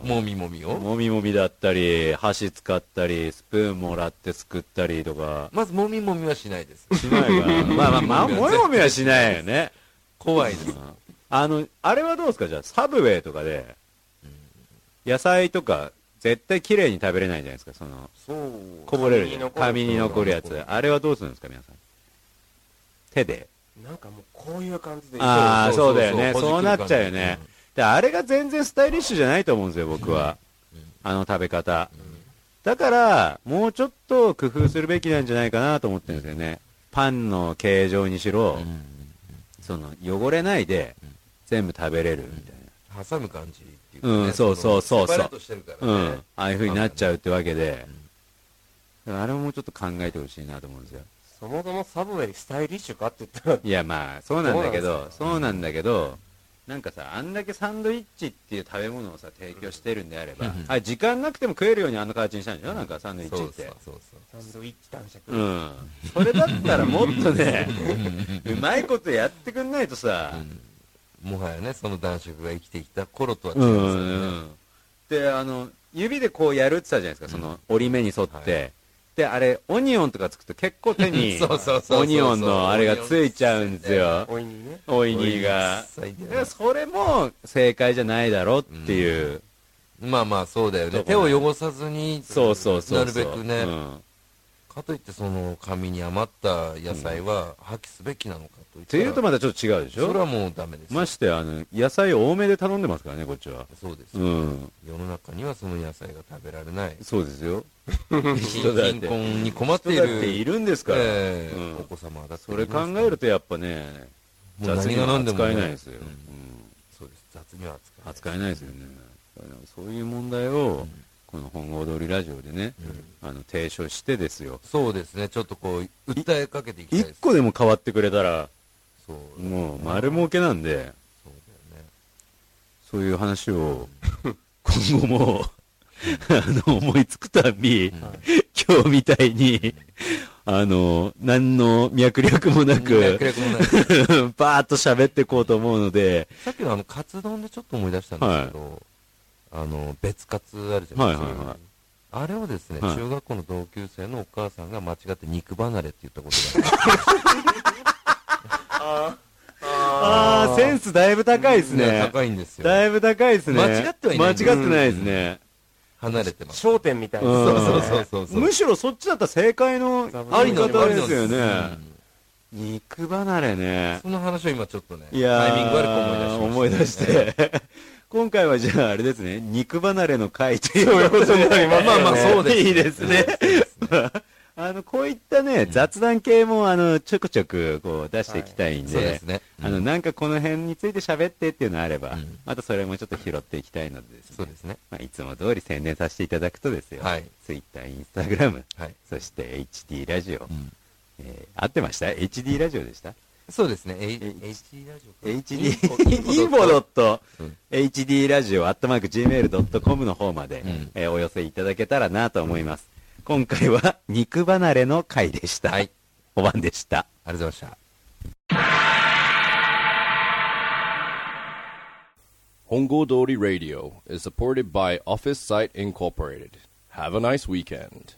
[SPEAKER 3] い。もみもみ
[SPEAKER 2] な
[SPEAKER 3] を。
[SPEAKER 2] もみもみだったり、箸使ったり、スプーンもらってすくったりとか。
[SPEAKER 3] まずもみもみはしないです。
[SPEAKER 2] しないかなまあまあ、 まあ、もみもみはしないよね。
[SPEAKER 3] 怖いです
[SPEAKER 2] う。んあの、あれはどうですかじゃあ、サブウェイとかで、野菜とか絶対綺麗に食べれないじゃないですか、その、
[SPEAKER 4] そう。
[SPEAKER 2] こぼれるじゃん。
[SPEAKER 4] 紙
[SPEAKER 2] 紙
[SPEAKER 4] に
[SPEAKER 2] に
[SPEAKER 4] 残
[SPEAKER 2] 残
[SPEAKER 4] る
[SPEAKER 2] るやつ。あれはどうするんですか、皆さん。手で。
[SPEAKER 4] なんかもうこういう感じで。
[SPEAKER 2] あーそうだよね
[SPEAKER 3] ほじくる
[SPEAKER 2] そうなっちゃうよね
[SPEAKER 3] 感じ
[SPEAKER 2] で、あれが全然スタイリッシュじゃないと思うんですよ、僕は
[SPEAKER 3] うんうん。
[SPEAKER 2] あの食べ方。だから、もうちょっと工夫するべきなんじゃないかなと思ってるんですよね。パンの形状にしろ
[SPEAKER 3] うん、
[SPEAKER 2] その、汚れないで、全部食べれるみたい
[SPEAKER 3] うん挟む感じっていうか
[SPEAKER 2] うんそうそうそうそう
[SPEAKER 3] セパレートしてるから
[SPEAKER 2] な。う
[SPEAKER 3] ね、
[SPEAKER 2] ん。ああいう風になっちゃうってわけで、だからあれももうちょっと考えてほしいなと思うんですよ。
[SPEAKER 4] そもそもサブウェイスタイリッシュかって言ったら、
[SPEAKER 2] いや、まあ、そうなんだけ
[SPEAKER 4] そうなん
[SPEAKER 2] ど、そうなんだけど、なんかさ、あんだけサンドイッチっていう食べ物をさ、提供してるんであれば
[SPEAKER 3] うん、
[SPEAKER 2] あ、時間なくても食えるようにあの形にしたんでしょなんかサンドイッ
[SPEAKER 3] そ
[SPEAKER 2] チっ
[SPEAKER 3] うそう
[SPEAKER 2] て。
[SPEAKER 3] そう
[SPEAKER 4] サンドイッチ男爵。
[SPEAKER 2] うん。それだったらもっとね、うまいことやってくんないとさ
[SPEAKER 3] そう、うん、もはやねその男色が生きてきた頃とは違い
[SPEAKER 2] うん
[SPEAKER 3] ま
[SPEAKER 2] う
[SPEAKER 3] すよね、
[SPEAKER 2] んうん。で、あの、指でこうやるって言ったじゃないですか、その折り目に沿っ
[SPEAKER 3] は
[SPEAKER 2] て。で、あれ、オニオンとかつくと結構手に
[SPEAKER 3] そうそうそう、そう
[SPEAKER 2] オニオンのあれがついちゃうんですよ。
[SPEAKER 4] おいにね。
[SPEAKER 2] オイニーが。
[SPEAKER 3] オイニー
[SPEAKER 2] いやそれも正解じゃないだろっていう。
[SPEAKER 3] まあまあそうだよね
[SPEAKER 2] ど
[SPEAKER 3] 手
[SPEAKER 2] こ
[SPEAKER 3] を
[SPEAKER 2] ね
[SPEAKER 3] 汚さずに
[SPEAKER 2] そうそうそうそう。
[SPEAKER 3] なるべくね、
[SPEAKER 2] うん
[SPEAKER 3] かといってその紙に余った野菜は破棄すべきなのかといっ
[SPEAKER 2] っていうとまたちょっと違うでし
[SPEAKER 3] それ
[SPEAKER 2] ょ
[SPEAKER 3] はもうダメですよ
[SPEAKER 2] ましてや、あの、野菜多めで頼んでますからね、こっちは。
[SPEAKER 3] そうです、
[SPEAKER 2] うん。
[SPEAKER 3] 世の中にはその野菜が食べられない
[SPEAKER 2] そうですよ。人だって
[SPEAKER 3] 貧困に困ってい
[SPEAKER 2] 人だってい
[SPEAKER 3] る
[SPEAKER 2] るんですから。
[SPEAKER 3] ええ
[SPEAKER 2] うん
[SPEAKER 3] お子様だって
[SPEAKER 2] それ考えるとやっぱね、
[SPEAKER 3] もう何が
[SPEAKER 2] 雑には
[SPEAKER 3] 何でもね
[SPEAKER 2] 扱えないですよ。
[SPEAKER 3] うん
[SPEAKER 2] うん
[SPEAKER 3] そうです雑には扱えない
[SPEAKER 2] 扱えないですよね。だからそういう問題を、この本郷通りラジオでね、あの、提唱してですよ。
[SPEAKER 3] そうですねちょっとこう訴えかけていきたいで
[SPEAKER 2] 一
[SPEAKER 3] す
[SPEAKER 2] 個でも変わってくれたら、
[SPEAKER 3] そう
[SPEAKER 2] もう丸儲けなんで、
[SPEAKER 3] そうだよね
[SPEAKER 2] そういう話を、今後も、あの、思いつくたび、今日みたいに、あの、何の脈略もな
[SPEAKER 3] 脈
[SPEAKER 2] く、
[SPEAKER 3] 略もない
[SPEAKER 2] バーっと喋っていこうと思うので、
[SPEAKER 3] さっきのあの、カツ丼でちょっと思い出したんですけど、あの、別カツあるじゃないですか。
[SPEAKER 2] はいはいはい
[SPEAKER 3] あれをですね、
[SPEAKER 2] はい
[SPEAKER 3] 中学校の同級生のお母さんが間違って肉離れって言ったことがある。
[SPEAKER 2] ああー、センスだいぶ高いですね。
[SPEAKER 3] 高いんですよ。
[SPEAKER 2] だいぶ高いですね。
[SPEAKER 3] 間違ってはい
[SPEAKER 2] 間
[SPEAKER 3] ない
[SPEAKER 2] 違ってないですね。
[SPEAKER 3] 離れてます。
[SPEAKER 4] 商店みたいな。
[SPEAKER 2] うん
[SPEAKER 3] そうそうそうそうそう。
[SPEAKER 2] むしろそっちだったら正解の
[SPEAKER 4] あ
[SPEAKER 2] あ
[SPEAKER 4] り
[SPEAKER 2] り
[SPEAKER 4] の
[SPEAKER 2] 方
[SPEAKER 4] あり
[SPEAKER 2] で
[SPEAKER 4] の
[SPEAKER 2] すよ
[SPEAKER 3] う
[SPEAKER 2] ね。
[SPEAKER 3] ん
[SPEAKER 2] 肉離れね。
[SPEAKER 3] その話を今ちょっとね、タイ
[SPEAKER 2] い
[SPEAKER 3] ミン
[SPEAKER 2] やー
[SPEAKER 3] グ悪く思い出しました、
[SPEAKER 2] 思い出して。 今回はじゃああれですね、肉離れの回ということで。
[SPEAKER 3] ま あまあまあ、そうです。
[SPEAKER 2] いいですね。あの、こういったね、雑談系も、あの、ちょくちょく、こう、出していきたいん
[SPEAKER 3] そうで、
[SPEAKER 2] です
[SPEAKER 3] ね。
[SPEAKER 2] あの、なんかこの辺について喋ってっていうのあれば
[SPEAKER 3] うん、
[SPEAKER 2] またそれもちょっと拾っていきたいのでです
[SPEAKER 3] そう
[SPEAKER 2] ね
[SPEAKER 3] で、すね。
[SPEAKER 2] まあいつも通り宣伝させていただくとですよ、
[SPEAKER 3] はい。
[SPEAKER 2] ツイッター、インスタグラム、
[SPEAKER 3] はい。
[SPEAKER 2] そして HD ラジオ
[SPEAKER 3] う、ん
[SPEAKER 2] えー合ってました ?HD ラジオでした
[SPEAKER 3] そうですね。えい
[SPEAKER 2] え
[SPEAKER 3] HD ラジオか
[SPEAKER 2] ?HD、
[SPEAKER 3] イ
[SPEAKER 2] イ
[SPEAKER 3] ン
[SPEAKER 2] ン
[SPEAKER 3] フ
[SPEAKER 2] フ
[SPEAKER 3] ォ
[SPEAKER 2] ォ
[SPEAKER 3] ド
[SPEAKER 2] ド
[SPEAKER 3] ッ
[SPEAKER 2] ット
[SPEAKER 3] うん、
[SPEAKER 2] HD ラジオ、アットマーク、gmail.com の方まで、
[SPEAKER 3] うん
[SPEAKER 2] えーお寄せいただけたらなと思います。今回は、肉離れの回でした。
[SPEAKER 3] はい。
[SPEAKER 2] お晩でした。
[SPEAKER 3] ありがとうございました。
[SPEAKER 1] Hongo Dori Radio is supported by Office Site Incorporated. Have a nice weekend.